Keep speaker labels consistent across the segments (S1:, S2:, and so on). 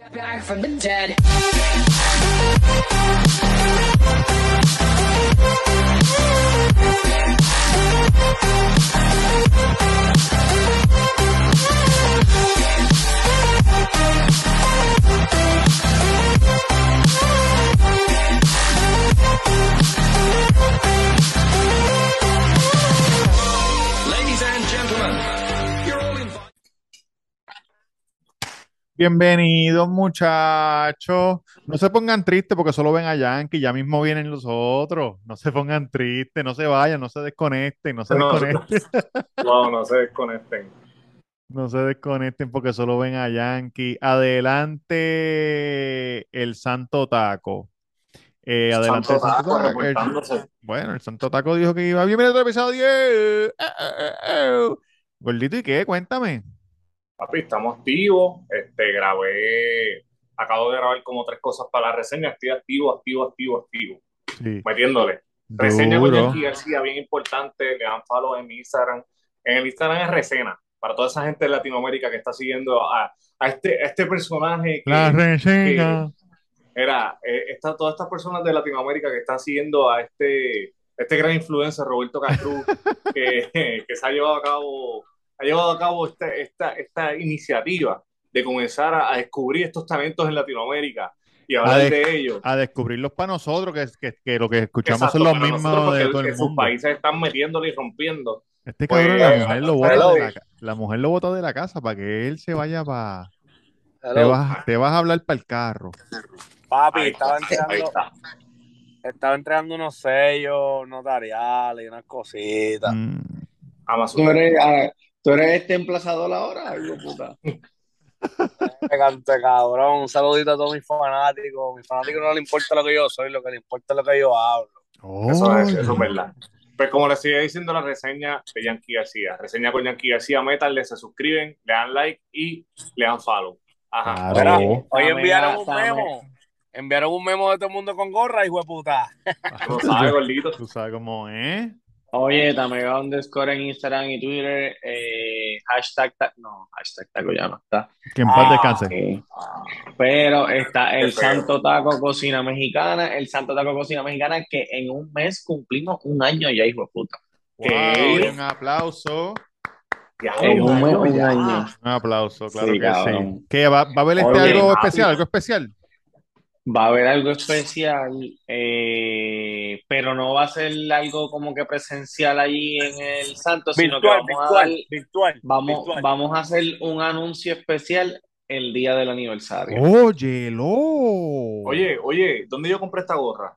S1: Right back from the dead.
S2: Ladies and gentlemen, you're all invited.
S3: Bienvenidos, muchachos. No se pongan tristes porque solo ven a Yankee. Ya mismo vienen los otros. No se pongan tristes, no se vayan, no se desconecten, no se
S4: No.
S3: desconecten.
S4: No, no se desconecten.
S3: No se desconecten porque solo ven a Yankee. Adelante, el Santo Taco. Eh, adelante, el
S4: Santo
S3: Santo
S4: Taco
S3: Taco.
S4: reportándose.
S3: Bueno, el Santo Taco dijo que iba. Bienvenido a otro episodio. Eh, eh, eh. Gordito, ¿y qué? Cuéntame.
S4: Papi, estamos activos. Este, grabé, acabo de grabar como tres cosas para la reseña. Estoy activo, activo, activo, activo.
S3: Sí,
S4: Metiéndole. Reseña con
S3: duro.
S4: Yankee García, bien importante. Le dan follow en mi Instagram. En el Instagram es Resena. Para toda esa gente de Latinoamérica que está siguiendo a, a este, a este personaje que
S3: La reseña.
S4: era eh, esta- todas estas personas de Latinoamérica que están siguiendo a este, este gran influencer Roberto Castruz, que, que se ha llevado a cabo, ha llevado a cabo esta, esta, esta iniciativa de comenzar a, a descubrir estos talentos en Latinoamérica y
S3: A
S4: hablar
S3: des-
S4: de ellos.
S3: a descubrirlos para nosotros, que, que, que lo que escuchamos
S4: Exacto,
S3: son los
S4: para
S3: mismos
S4: nosotros, porque
S3: de todo
S4: que
S3: el
S4: sus
S3: mundo.
S4: países están metiéndole y rompiendo.
S3: Este
S4: Pues,
S3: cabrón, la mujer lo bota
S5: hello.
S3: de la, ca- la mujer lo bota de la casa para que él se vaya para. Te
S5: Hello.
S3: vas, te vas a hablar para el carro.
S5: Papi,
S4: Ahí está,
S5: estaba
S4: ahí
S5: entregando,
S4: está.
S5: estaba entregando unos sellos notariales y unas cositas.
S3: Mm.
S4: Amazon.
S6: Tú eres, ah, tú eres este emplazador ahora, hijo de puta.
S5: Me cante, cabrón. Un saludito a todos mis fanáticos. A mis fanáticos no le importa lo que yo soy, lo que le importa es lo que yo hablo.
S4: Eso es,
S3: Oye.
S4: eso es verdad. Pues como les seguía diciendo la reseña de Yankee García, reseña con Yankee García, métanle, se suscriben, le dan like y le dan follow. Ajá.
S3: Claro.
S5: Mira, Hoy
S6: Amén,
S5: enviaron un
S6: amén.
S5: memo. Enviaron un memo de todo el mundo con gorra, hijo de puta.
S4: Tú lo sabes, gordito.
S3: Tú sabes cómo es.
S6: Oye, Tamega underscore en Instagram y Twitter, eh, hashtag, ta- no, hashtag taco ya no está.
S3: Que en paz
S5: Ah,
S3: descanse.
S6: Eh, pero está el
S4: Qué feo.
S6: Santo Taco Cocina Mexicana, el Santo Taco Cocina Mexicana que en un mes cumplimos un año ya, hijo de puta.
S3: Wow, un aplauso.
S4: Ya,
S6: En un mes,
S4: bueno,
S6: un
S4: ya.
S6: año.
S3: Un aplauso, claro
S6: Sí,
S3: que
S6: cabrón.
S3: sí. ¿Qué, va, va a haber este
S6: Oye,
S3: algo
S4: papi.
S3: especial? ¿Algo especial?
S6: Va a haber algo especial, eh, pero no va a ser algo como que presencial allí en el Santo, sino que
S5: Virtual,
S6: vamos a dar-
S5: virtual, virtual.
S6: Vamos,
S5: virtual.
S6: vamos a hacer un anuncio especial el día del
S3: Uh,
S6: aniversario.
S3: Óyelo.
S4: Oye, oye, ¿dónde yo compré esta gorra?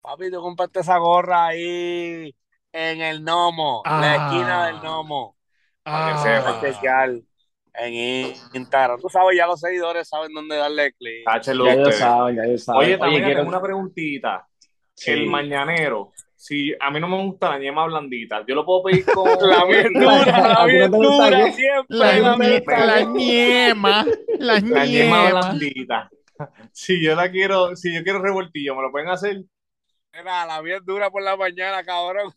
S5: Papi, tú compraste esa gorra ahí en el Nomo, la
S3: Ah.
S5: esquina del Nomo.
S3: Ah.
S4: que sepa
S5: Puedes chequear en Instagram. Tú sabes, ya los seguidores saben dónde darle clic.
S4: Cáchelo
S6: Ya ellos
S4: ustedes.
S6: saben, ya ellos saben.
S4: Ah, Oye, también
S6: quiero-
S4: tengo una preguntita.
S6: Sí.
S4: El mañanero, si a mí no me gusta la yema blandita, yo lo puedo pedir con
S5: La bien dura, la
S6: ¿A ti
S5: bien
S6: no te gusta
S5: dura,
S6: yo?
S5: siempre
S3: La,
S5: la bien
S3: ñe-
S5: dura.
S3: la ñema. La
S4: la yema
S3: ñema.
S4: blandita. Si yo la quiero, si yo quiero revoltillo, ¿me lo pueden hacer?
S5: Era la bien dura por la mañana, cabrón.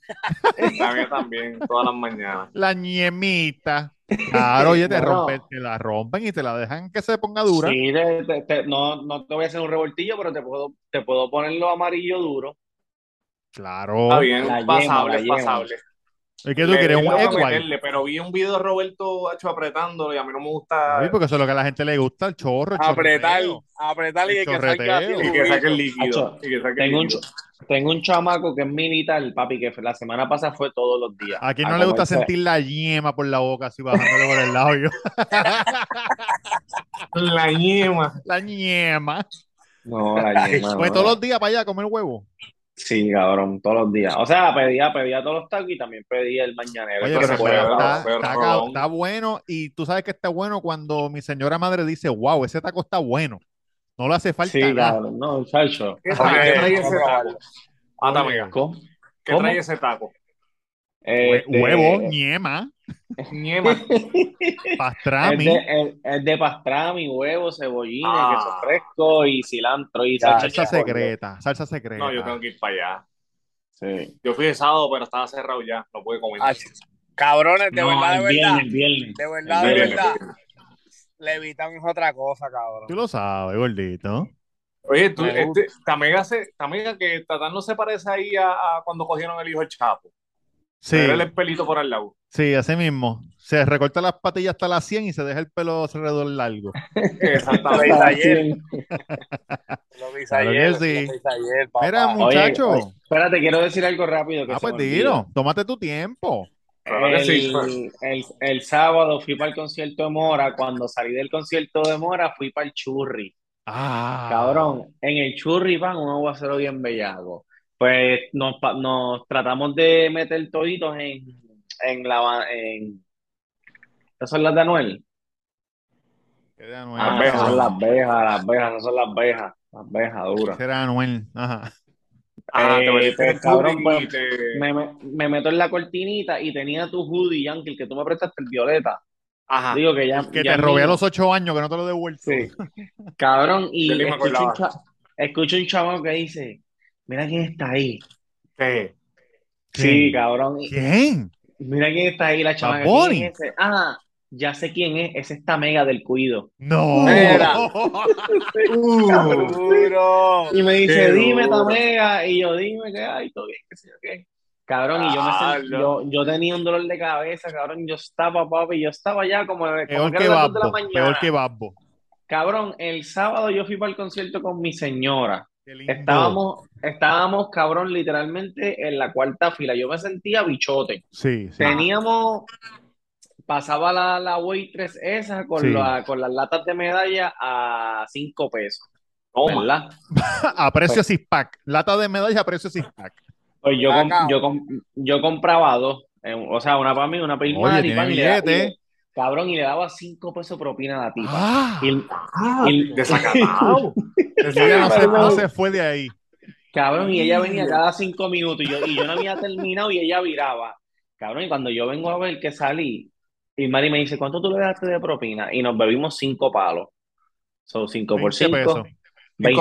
S4: La mía también, todas las mañanas.
S3: La ñemita. Claro, oye, te,
S6: Bueno.
S3: rompen, te la rompen y te la dejan que se ponga dura.
S6: Sí, te- te- te- no, no te voy a hacer un revoltillo, pero te puedo, te puedo ponerlo amarillo duro.
S3: Claro.
S4: Está bien,
S6: La yema,
S4: pasable,
S6: la yema.
S4: pasable.
S3: Es que tú quieres un
S4: Le- le
S3: egg
S4: tengo que
S3: white.
S4: meterle, pero vi un video de Roberto hecho apretándolo y a mí no me gusta
S3: Sí, porque eso es lo que a la gente le gusta, el chorro. el
S5: Apretar,
S3: chorreo.
S5: apretar y
S3: El
S5: que salga así.
S3: chorreteo.
S4: y que saque el líquido.
S6: Acho,
S4: Y que saque el
S6: Tengo un,
S4: líquido.
S6: ch- tengo un chamaco que es militar, papi, que la semana pasada fue todos los días.
S3: ¿A quién
S6: a
S3: no le gusta
S6: comerse-
S3: sentir la yema por la boca así bajándole por el labio?
S4: La yema.
S3: La ñema.
S6: No, la yema,
S3: Pues
S6: no.
S3: todos los días para allá a comer huevo.
S6: Sí, cabrón, todos los días. O sea, pedía, pedía todos los tacos y también pedía el mañanero.
S3: Oye,
S4: Pero
S3: pero,
S4: se
S6: Entonces,
S3: pero
S4: puede,
S6: pues,
S3: está,
S4: pero
S3: está
S4: no.
S3: cab- está bueno y tú sabes que está bueno cuando mi señora madre dice, wow, ese taco está bueno. No le hace falta
S6: Sí,
S3: nada.
S6: cabrón, no, chacho.
S5: ¿Qué
S4: Oye, ¿qué trae
S5: tal?
S4: ese taco? Ah, también.
S6: ¿Cómo?
S4: ¿Qué
S6: ¿Cómo?
S4: trae ese taco?
S3: Hue-
S6: Este,
S3: Huevo, ñema,
S4: Ñema.
S6: Es
S3: pastrami.
S6: de, es, es de pastrami, huevo, cebollines,
S4: Ah.
S6: queso fresco y cilantro y
S5: Ya,
S6: salchicha
S3: Salsa
S6: de pollo.
S3: secreta, salsa secreta.
S4: No, yo tengo que ir para allá.
S6: Sí.
S4: Yo fui el sábado, pero estaba cerrado ya. No pude comer.
S5: Ay, Cabrones, de
S6: No,
S5: verdad, de
S6: el
S5: verdad.
S6: viernes, el viernes.
S5: De verdad,
S6: El
S5: de
S4: viernes.
S5: verdad. Levitán es otra cosa, cabrón.
S3: Tú lo sabes, gordito.
S4: Oye, tú,
S5: Me
S4: este, Tamega, se, Tamega que Tatán no se parece ahí a, a cuando cogieron el hijo del Chapo.
S3: Sí,
S4: Era el pelito por al lado.
S3: sí, así mismo. Se recorta las patillas hasta las 100 y se deja el pelo alrededor largo.
S5: Lo
S4: Exactamente.
S5: hice ayer. Lo hice
S3: Claro que
S5: ayer.
S3: sí.
S5: Lo hice ayer, papá.
S3: Mira, muchacho.
S6: oye, espérate, quiero decir algo rápido. Que
S3: Ah,
S6: se
S3: pues
S6: me olvidó.
S3: dilo, tómate tu tiempo.
S4: Claro que sí. pues,
S6: El, el- el sábado fui para el concierto de Mora. Cuando salí del concierto de Mora, fui para el Churri.
S3: Ah,
S6: Cabrón, en el Churri van un aguacero bien bellaco. Pues nos, pa- nos tratamos de meter toditos en, en la. ba- En, ¿Esas son las de Anuel?
S3: que de Anuel.
S6: Ah,
S4: Las
S6: esas son
S4: Vejas.
S6: las Vejas, las Vejas, esas son las Vejas. Las Vejas duras.
S3: Ese era Anuel. Ajá.
S4: Ah,
S6: Eh,
S4: te metiste
S6: pues,
S4: en el cabrón,
S6: cabrón,
S4: y
S6: pues,
S4: te-
S6: Me, me- me meto en la cortinita y tenía tu hoodie, Yankee, el que tú me prestaste, el violeta.
S4: Ajá.
S6: Digo que ya.
S3: Que
S6: ya
S3: te robé a
S6: ni-
S3: los ocho años, que no te lo devuelvo.
S6: Sí. Cabrón, y
S4: Yo ni me
S6: escucho un,
S4: acordaba.
S6: cha- escucho un chabón que dice, mira quién está ahí.
S4: Sí.
S6: Sí,
S3: ¿Quién?
S6: cabrón. y-
S3: ¿Quién?
S6: Mira quién está ahí, la chamaca.
S3: Bunny.
S6: ¿Quién es ese? Ah, ya sé quién es. Es esta mega del cuido.
S3: No.
S5: Era.
S4: Uh,
S5: Duro.
S6: Y me dice,
S4: Qué
S6: dime esta
S4: duro.
S6: mega. Y yo, dime que ay, todo bien, qué sé yo qué. Cabrón, y yo me sent-
S4: Diablo.
S6: yo, yo tenía un dolor de cabeza, cabrón. Yo estaba, papi, yo estaba ya como, como
S3: Peor
S6: que
S3: que
S6: eran las dos de la
S3: Babbo. Peor
S6: mañana.
S3: que Babbo.
S6: Cabrón, el sábado yo fui para el concierto con mi señora.
S3: Qué lindo.
S6: Estábamos, estábamos, cabrón, literalmente en la cuarta fila. Yo me sentía bichote.
S3: Sí, sí.
S6: Teníamos, pasaba la, la waitress esa con,
S3: Sí.
S6: la- con las latas de medalla a cinco pesos.
S4: Toma.
S6: ¿Verdad?
S3: A precio six pack. Lata de medalla a precio six pack.
S6: Pues yo,
S5: Ah,
S6: com-
S5: cabrón.
S6: yo, com- yo compraba dos. eh, o sea, una para mí, una para Irmar,
S3: Oye,
S6: y
S3: tiene
S6: pan, y le da-
S3: billete.
S6: y le- cabrón, y le daba cinco pesos propina a la tipa.
S3: Ah,
S6: Y el-
S4: Ah,
S6: y el-
S4: desacatado.
S3: ella no se,
S4: Desacatado.
S3: no se fue de ahí.
S6: Cabrón, y ella venía cada cinco minutos y yo, y yo no había terminado y ella viraba. Cabrón, y cuando yo vengo a ver que salí, y Mari me dice, ¿cuánto tú le dejaste de propina? Y nos bebimos cinco palos. Son cinco por
S3: 20 pesos.
S6: cinco,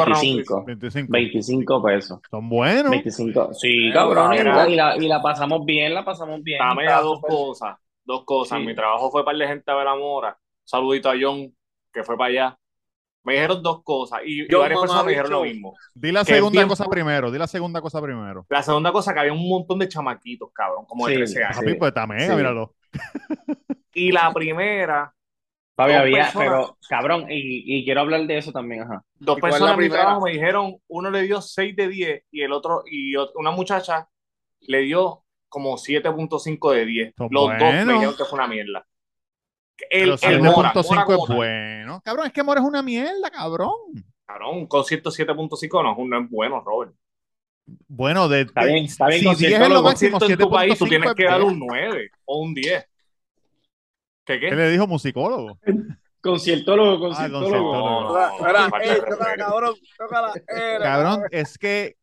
S6: 25.
S3: 25.
S6: 25 pesos.
S3: Son buenos.
S6: 25. Sí,
S5: Eh,
S6: cabrón, y
S4: era-
S6: la, y la- y la pasamos bien, la pasamos bien.
S4: Dame a
S6: Estaba
S4: dos
S6: súper-
S4: cosas. Dos cosas.
S6: Sí.
S4: Mi trabajo fue para la gente a ver a Mora. Saludito a John, que fue para allá. Me dijeron dos cosas. Y, y
S5: John,
S4: varias personas me dijeron
S5: mamabicho.
S4: lo mismo.
S3: Di la
S4: Qué
S3: segunda
S4: bien.
S3: cosa primero. Di la segunda cosa primero.
S4: La segunda cosa, que había un montón de chamaquitos, cabrón, como de
S6: Sí.
S4: 13 años.
S3: Papi,
S6: Sí,
S3: pues está mega,
S6: sí.
S3: míralo.
S4: Y la primera,
S6: Papi,
S4: Dos
S6: había-
S4: personas.
S6: pero, cabrón, y, y quiero hablar de eso también, ajá.
S4: dos
S5: ¿Y cuál es
S4: personas
S5: la
S4: en mi
S5: primera?
S4: trabajo me dijeron, uno le dio 6 de 10 y el otro, y ot- una muchacha le dio como 7.5 de 10.
S3: Son
S4: Los dos me
S3: buenos.
S4: dijeron que fue una mierda. El,
S3: Pero
S4: el Mora,
S3: 7.5
S4: Mora
S3: es
S4: como tal,
S3: bueno. Cabrón, es que Mora es una mierda, cabrón.
S4: cabrón, un concierto 7.5 no, es un- no es bueno, Robert.
S3: Bueno, de,
S6: Está bien, está bien,
S3: si
S6: concierto
S3: 10 es lo
S6: loco.
S3: máximo,
S4: Concierto en tu país tú
S3: 7.5
S4: tienes
S3: es
S4: que dar
S3: bien.
S4: un 9 o un 10. ¿Qué
S3: ¿Qué
S4: qué?
S3: le dijo musicólogo?
S6: Conciertólogo, conciertólogo.
S3: conciertólogo.
S5: Era, era,
S4: Falta de
S5: eh, toca,
S4: respeto.
S5: cabrón. Toca la era.
S3: Cabrón, es que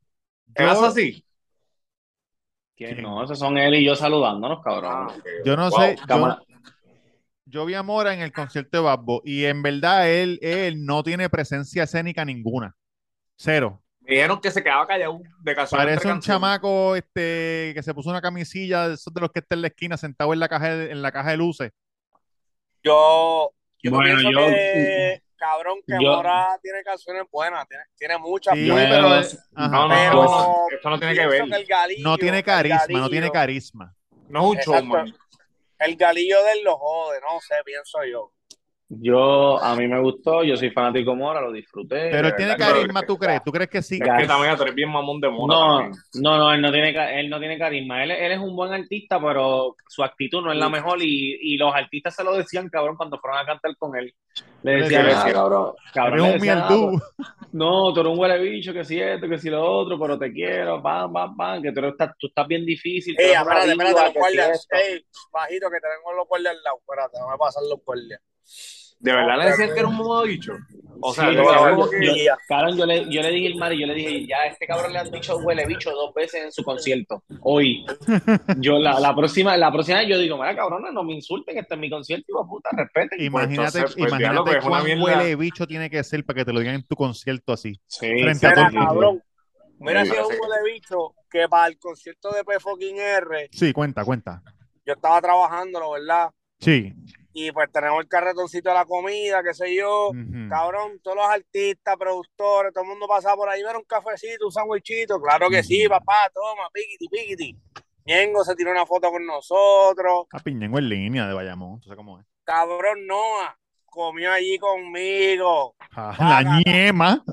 S4: ¿Te vas así?
S6: ¿Quién? No, esos son él y yo saludándonos, cabrón.
S4: Ah, ok.
S3: yo no
S4: Wow,
S3: sé, yo,
S6: cámara.
S3: yo vi a Mora en el concierto de Babbo y en verdad él, él no tiene presencia escénica ninguna. Cero.
S4: Me dijeron que se quedaba callado de canción
S3: Parece
S4: entre
S3: un
S4: canción.
S3: chamaco este, que se puso una camisilla de esos de los que está en la esquina sentado en la caja de, en la caja de luces.
S5: Yo, yo
S6: Bueno,
S5: pienso
S6: yo-
S5: que, cabrón, que
S6: yo-
S5: Mora tiene canciones buenas, tiene, tiene muchas
S3: Sí,
S5: buenas,
S3: pero,
S6: Yo-
S3: eh, ajá.
S4: No, no,
S5: pero
S4: no, esto no tiene que
S5: pienso
S4: ver.
S5: el Galillo,
S3: No tiene
S5: el
S3: carisma, no
S5: Galillo-
S3: tiene carisma.
S4: No es un
S5: Exacto.
S4: showman.
S5: El galillo del lo jode, no sé, pienso yo.
S6: Yo, a mí me gustó, yo soy fanático Mora, lo disfruté.
S3: Pero
S6: de
S3: él tiene
S6: verdad que-
S3: carisma, ¿tú crees? ¿Tú crees que sí?
S4: Es que también tú eres bien mamón de mona.
S6: No,
S4: también.
S6: no, no, él no tiene, ca- él no tiene carisma. Él, él es un buen artista, pero su actitud no es la mejor. Y, y los artistas se lo decían, cabrón, cuando fueron a cantar con él. Le
S3: Le
S6: decían,
S4: decían,
S6: "Ah, cabrón, cabrón,
S3: Eres
S6: le
S3: un
S6: decían, "Ah,
S3: mierdú.
S6: No, tú eres un huele bicho, que si esto, que si lo otro, pero te quiero, pam, pam, pam, que tú, eres- estás, tú estás bien difícil. tú
S5: Ey,
S6: eres una
S5: Eh, espérate, espérate, eh.
S6: diva, que
S5: los
S6: si
S5: guardias.
S6: esto.
S5: Ey, bajito que tenemos los guardias al lado. Espérate, no me pasan los guardias.
S4: De verdad le decían que era un modo bicho. O sea,
S6: Sí,
S4: de
S5: yo-
S4: verdad,
S6: cabrón,
S4: como
S6: yo,
S4: que-
S5: que-
S6: cabrón, yo le, yo le dije al Mari, yo le dije, ya a este cabrón le han dicho huele bicho dos veces en su concierto, hoy. Yo la, la próxima, la próxima yo digo, mira cabrona, no me insulten, este es mi concierto, hijo de puta, respeten.
S3: Imagínate,
S4: entonces, pues, diablo,
S3: imagínate
S4: pues, es una
S3: cuán
S4: mierda.
S3: huele bicho tiene que ser para que te lo digan en tu concierto así.
S6: Sí,
S3: Frente a todo
S5: Mira,
S3: el
S5: cabrón. Mira,
S4: Sí,
S5: si es
S4: parece
S5: un de bicho que para el concierto de P fucking R,
S3: Sí, cuenta, cuenta.
S5: yo estaba trabajándolo, ¿verdad?
S3: Sí.
S5: Y Y pues tenemos el carretoncito de la comida, qué sé yo.
S3: Ujú.
S5: Cabrón, todos los artistas, productores, todo el mundo pasaba por ahí, ver un cafecito, un sandwichito. Claro que sí,
S3: Ujú.
S5: papá, toma, piquiti, piquiti. Ñengo se tiró una foto con nosotros.
S3: Ah, Piñengo en línea de Bayamón, tú sabes cómo es.
S5: Cabrón, Noah comió allí conmigo.
S3: Ah,
S5: Ah,
S3: la ñema.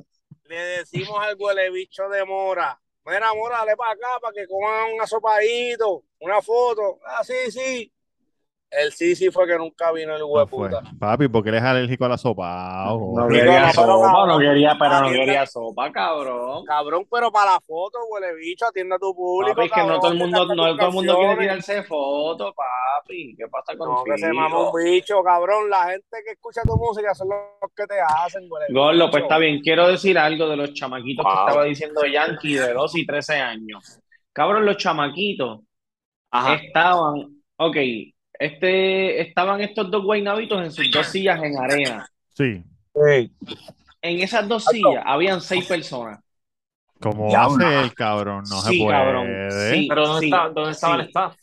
S5: Le decimos al huele bicho de Mora. Mira, Mora, dale para acá para que coman un asopadito, una foto. Ah, sí, sí. El sí, sí fue que nunca vino el
S3: No
S5: hueputa.
S3: fue. Ah, pues, Papi, porque él es alérgico a la sopa. ojo.
S6: No
S5: Digo,
S6: quería
S5: no, pero
S6: sopa, no
S5: cabrón.
S6: quería, pero no
S5: Atienda-
S6: quería sopa, cabrón.
S5: Cabrón, pero para la foto, huele bicho, atienda a tu público.
S6: Papi, es que no
S5: cabrón,
S6: todo el
S5: que
S6: mundo,
S5: cantan
S6: no
S5: tus
S6: todo el mundo quiere
S5: canciones.
S6: tirarse fotos, papi. ¿Qué pasa
S5: No, que se mama
S6: contigo?
S5: un bicho, cabrón. La gente que escucha tu música son los que te hacen, huele
S6: Gorlo, pues
S5: bicho.
S6: está bien. Quiero decir algo de los chamaquitos que
S4: Wow.
S6: estaba diciendo Yankee de 12 y 13 años. Cabrón, los chamaquitos
S4: Ajá.
S6: estaban, ok, este, estaban estos dos guaynabitos en sus dos sillas en arena.
S3: Sí.
S5: Sí.
S6: En esas dos sillas habían seis personas.
S3: Como
S5: Ya,
S3: hace el cabrón, no se
S6: sí,
S3: puede. ¿eh?
S6: cabrón. Sí,
S4: Pero ¿dónde,
S6: sí,
S4: está- dónde estaba
S6: sí.
S4: el staff?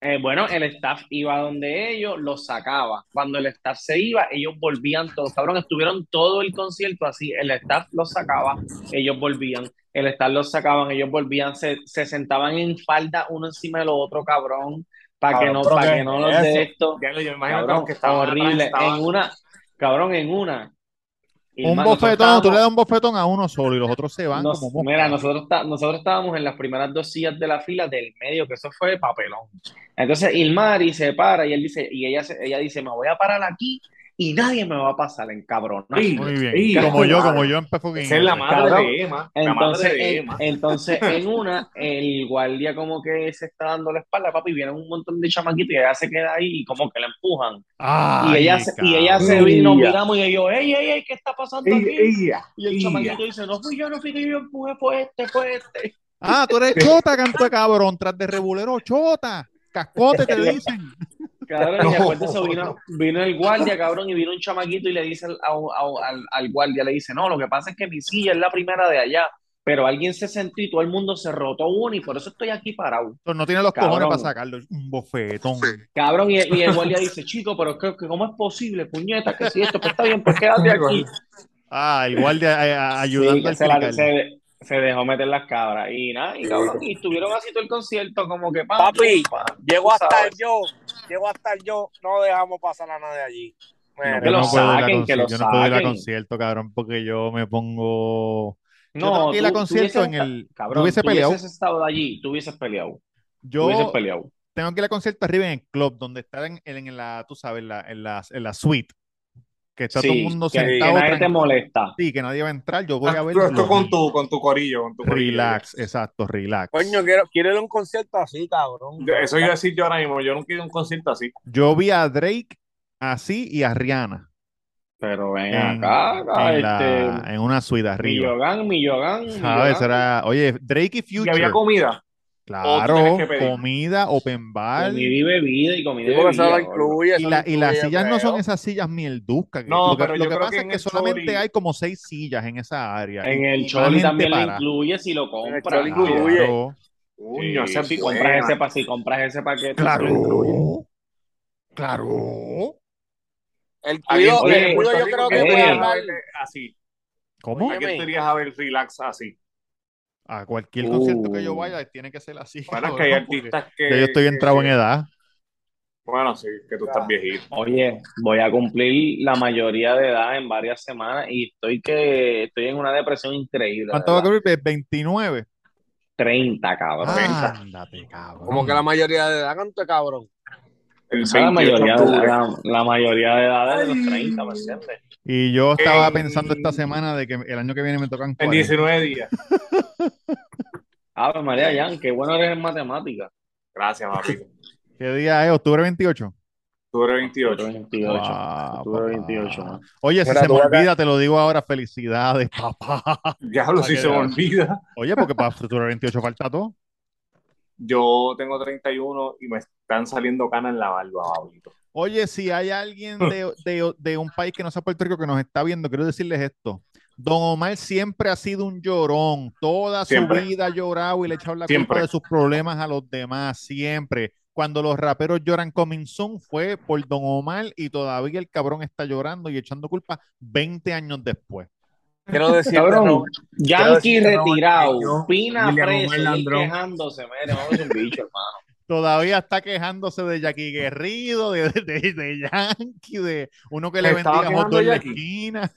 S6: Eh, bueno, el staff iba donde ellos, los sacaba. Cuando el staff se iba, ellos volvían todos. Cabrón, estuvieron todo el concierto así. El staff los sacaba, ellos volvían. El staff los sacaban, ellos volvían. Se, se sentaban en falda uno encima del otro, cabrón. Para que
S4: Cabrón,
S6: no,
S4: ¿pero
S6: para
S4: qué
S6: que no los
S4: es
S6: de
S4: eso?
S6: esto.
S4: Ya lo- yo me imagino que
S6: Cabrón,
S4: los que estaban atrás
S6: horrible.
S4: estaban-
S6: En una, cabrón, en una.
S3: Un
S6: Irma, nosotros
S3: bofetón, tú
S6: estábamos-
S3: le das un bofetón a uno solo y los otros se van
S6: nos-
S3: como moscas.
S6: mira, nosotros, está- nosotros estábamos en las primeras dos sillas de la fila del medio, que eso fue papelón. Entonces Ilmari se para y él dice, y ella, se- ella dice, me voy a parar aquí y nadie me va a pasar en cabrón.
S3: Muy bien.
S4: Sí,
S3: como
S4: madre.
S3: yo, como yo en Pefuquín.
S4: Esa es la madre
S6: Cabrón.
S4: de Emma. La
S6: Entonces,
S4: madre de
S6: en,
S4: Emma.
S6: entonces en una, el guardia como que se está dando la espalda, papi, vienen un montón de chamaquitos y ella se queda ahí y como que la empujan. Y
S3: Ay,
S6: ella, se, y ella se
S3: cabrón.
S6: vino, y nos
S4: Ella.
S6: miramos y yo, ey, ey, ey, ¿qué está pasando aquí? y el chamaquito dice, no fui yo, no fui yo, yo empujé, fue este, fue este.
S3: Ah, tú eres chota, canto de cabrón, tras de rebulero, chota. Cascote te dicen.
S6: Cabrón, y
S4: No.
S6: después de eso vino, vino el guardia, cabrón, y vino un chamaquito y le dice al, au- au- al, al guardia, le dice, no, lo que pasa es que mi silla es la primera de allá, pero alguien se sentó y todo el mundo se rotó uno y por eso estoy aquí parado.
S3: Pues No tiene los cojones
S6: Cabrón.
S3: para sacarlo. Un bofetón.
S6: Cabrón, y, y el guardia dice, chico, pero ¿qué, qué- cómo es posible, puñeta, que si esto, pues está bien, pues quédate aquí.
S3: Ah, el guardia eh, a-
S6: Sí,
S3: ayudando
S6: que
S3: al
S6: se, la-
S3: crical.
S6: se- se dejó meter las cabras y nada, y cabrón, y estuvieron así todo el concierto como que, pam,
S5: Papi,
S6: pum, pam,
S5: Llego
S6: tú
S5: hasta
S6: sabes.
S5: yo, llego hasta yo, no dejamos pasar a nadie allí. Mira,
S3: Yo
S6: que lo
S3: no puedo ir a
S6: saquen, que lo
S3: concierto, yo no puedo ir a
S6: saquen.
S3: concierto, cabrón, porque yo me pongo. Yo
S6: No,
S3: tengo que ir a
S6: tú- tú
S3: concierto
S6: hubieses
S3: en
S6: esta-
S3: el. Yo
S6: Cabrón,
S3: hubiese
S6: tú
S3: peleado.
S6: hubieses estado allí, tú hubieses peleado. Tú hubieses
S3: Yo
S6: peleado.
S3: tengo que ir a concierto arriba en el club, donde está en, en- en la, tú sabes, en la, en la, en la suite. Que está todo el
S6: Sí,
S3: mundo
S6: que, que
S3: sentado
S6: nadie te
S3: tranquilo
S6: molesta.
S3: y que nadie va a entrar. Yo voy a ver.
S4: Tú, tú
S3: lo
S4: Ah, con
S3: mío.
S4: tu, con tu corillo, con tu corillo.
S3: Relax, exacto, relax.
S5: Coño, quiero, quiero ir a un concierto así, cabrón.
S4: Yo- Eso iba a decir yo ahora mismo. Yo nunca he ido a un concierto así.
S3: Yo vi a Drake así y a Rihanna
S6: Pero ven
S3: en,
S6: acá, acá,
S3: en la-
S6: este.
S3: en una suite arriba.
S6: Millogán, Millogán.
S3: ¿Sabes?
S6: Millogán.
S3: Era, oye, Drake y
S4: Y
S3: Future.
S4: había comida.
S3: Claro,
S4: tienes que pedir.
S3: comida, open bar.
S6: Comida y bebida y comida y
S5: Digo que eso lo
S6: bebida. gordo.
S5: incluye.
S3: Y,
S5: eso
S3: la-
S5: lo
S3: y las
S5: incluye,
S3: sillas no son
S5: creo.
S3: esas sillas mielduzcas. que-
S4: No,
S3: lo que,
S4: pero
S3: lo
S4: yo
S3: que
S4: creo
S3: pasa
S4: que
S3: es
S4: en
S3: que
S4: el
S3: solamente
S4: Choli-
S3: hay como seis sillas en esa área.
S6: En
S3: y-
S6: el
S3: y más
S6: Choli
S3: gente
S6: también lo
S3: para.
S6: incluye si lo
S5: En el
S6: compras.
S5: Choli incluye.
S3: Claro,
S4: Coño,
S6: Sí,
S4: esa es
S6: si
S4: buena.
S6: compras ese, pa- si compras ese paquete, se lo incluye.
S3: claro, claro.
S5: El
S4: Aquí en-
S5: cuido,
S4: oye,
S5: el
S4: en
S5: cuido
S4: Puerto
S5: yo
S4: Rico,
S5: creo
S4: ¿qué
S5: que
S4: tú
S5: puede
S6: eh.
S4: irías a
S5: hablar.
S4: ver así.
S3: ¿Cómo?
S4: ¿A
S5: Óyeme.
S4: quién te irías a ver relax así?
S3: A cualquier concierto que yo
S6: Uh.
S3: vaya tiene que ser así.
S4: Bueno, es que
S3: cabrón,
S4: hay
S3: porque
S4: artistas que.
S3: ya yo estoy entrado en
S4: que-
S3: edad.
S4: Bueno, sí, que tú estás viejito.
S6: Oye, voy a cumplir la mayoría de edad en varias semanas y estoy que estoy en una depresión increíble,
S3: ¿Cuánto va a
S6: ¿verdad?
S3: cubrir? 29.
S6: 30, cabrón.
S3: Ah. Ándate, cabrón.
S5: Como que la mayoría de edad, canto de cabrón.
S4: El
S6: Esa es la
S4: 28 de
S6: mayoría, de-
S4: octubre.
S6: la, la mayoría de edades de los
S4: Ay.
S6: 30, ¿me entiendes?
S3: Y yo estaba
S4: En-
S3: pensando esta semana de que el año que viene me tocan
S6: pues.
S4: En
S3: 40.
S4: 19 días.
S6: Ave María, Jan, qué bueno eres en matemáticas.
S4: Gracias, papi.
S3: ¿Qué día es? ¿Octubre 28?
S4: Octubre
S6: Tú
S4: 28.
S6: eres 28.
S3: Guau,
S6: Octubre
S3: papá.
S6: 28, man.
S3: Oye, si
S5: Mira,
S3: se me
S5: tú acá-
S3: olvida, te lo digo ahora. Felicidades, papá.
S4: Diablo, si
S3: Ah,
S4: se
S3: qué
S4: me
S3: diablo.
S4: olvida.
S3: Oye, porque para octubre 28 falta todo.
S4: Yo tengo 31 y me están saliendo canas en la barba, Pablito.
S3: Oye, si hay alguien de, de- de un país que no sea Puerto Rico que nos está viendo, quiero decirles esto. Don Omar siempre ha sido un llorón. Toda
S4: Siempre.
S3: su vida ha llorado y le ha echado la
S4: Siempre.
S3: culpa de sus problemas a los demás. Siempre. cuando los raperos lloran coming soon fue por Don Omar y todavía el cabrón está llorando y echando culpa 20 años después.
S5: Quiero decirte,
S6: Cabrón,
S5: Robert,
S6: Yankee
S5: Quiero decirte, Robert,
S6: retirado,
S5: que yo,
S6: Pina
S5: William
S6: preso,
S5: Omar
S6: y él
S5: Landrón.
S6: quejándose, mire, vamos un bicho, hermano.
S3: Todavía está quejándose de Jackie Guerrido, de, de- de Yankee, de uno que le
S4: ¿Estaba
S3: vendía
S4: quejando
S3: moto en la
S4: Jackie?
S3: esquina.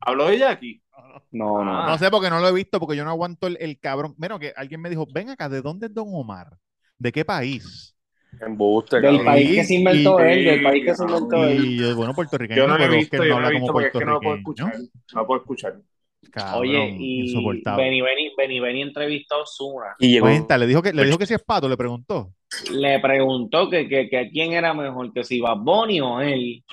S4: ¿Habló de Jackie?
S6: No, no.
S3: No sé porque no lo he visto, porque yo no aguanto el, el cabrón. Mira, que alguien me dijo, ven acá, ¿de dónde es Don Omar? ¿De qué país?
S5: Embuste,
S6: del
S5: cabrón.
S6: país que se inventó
S4: y-
S6: él, del país que se
S4: y-
S6: inventó él.
S3: Y yo, bueno, puertorriqueño,
S4: Yo no lo he
S3: pero es
S4: visto,
S3: que
S4: yo
S3: no
S4: no lo
S3: habla
S4: he
S3: como
S4: visto porque es que no lo puedo
S3: puertorriqueño.
S4: escuchar. No lo puedo escuchar.
S3: Cabrón,
S6: Oye, y
S3: insoportable.
S6: Benny Benny, Benny Benny entrevistó a Ozuna.
S5: Y llegó.
S3: Cuenta, le dijo que, le dijo que si es pato, le preguntó.
S6: Le preguntó que, que, que a quién era mejor, que si Bad Bunny o él.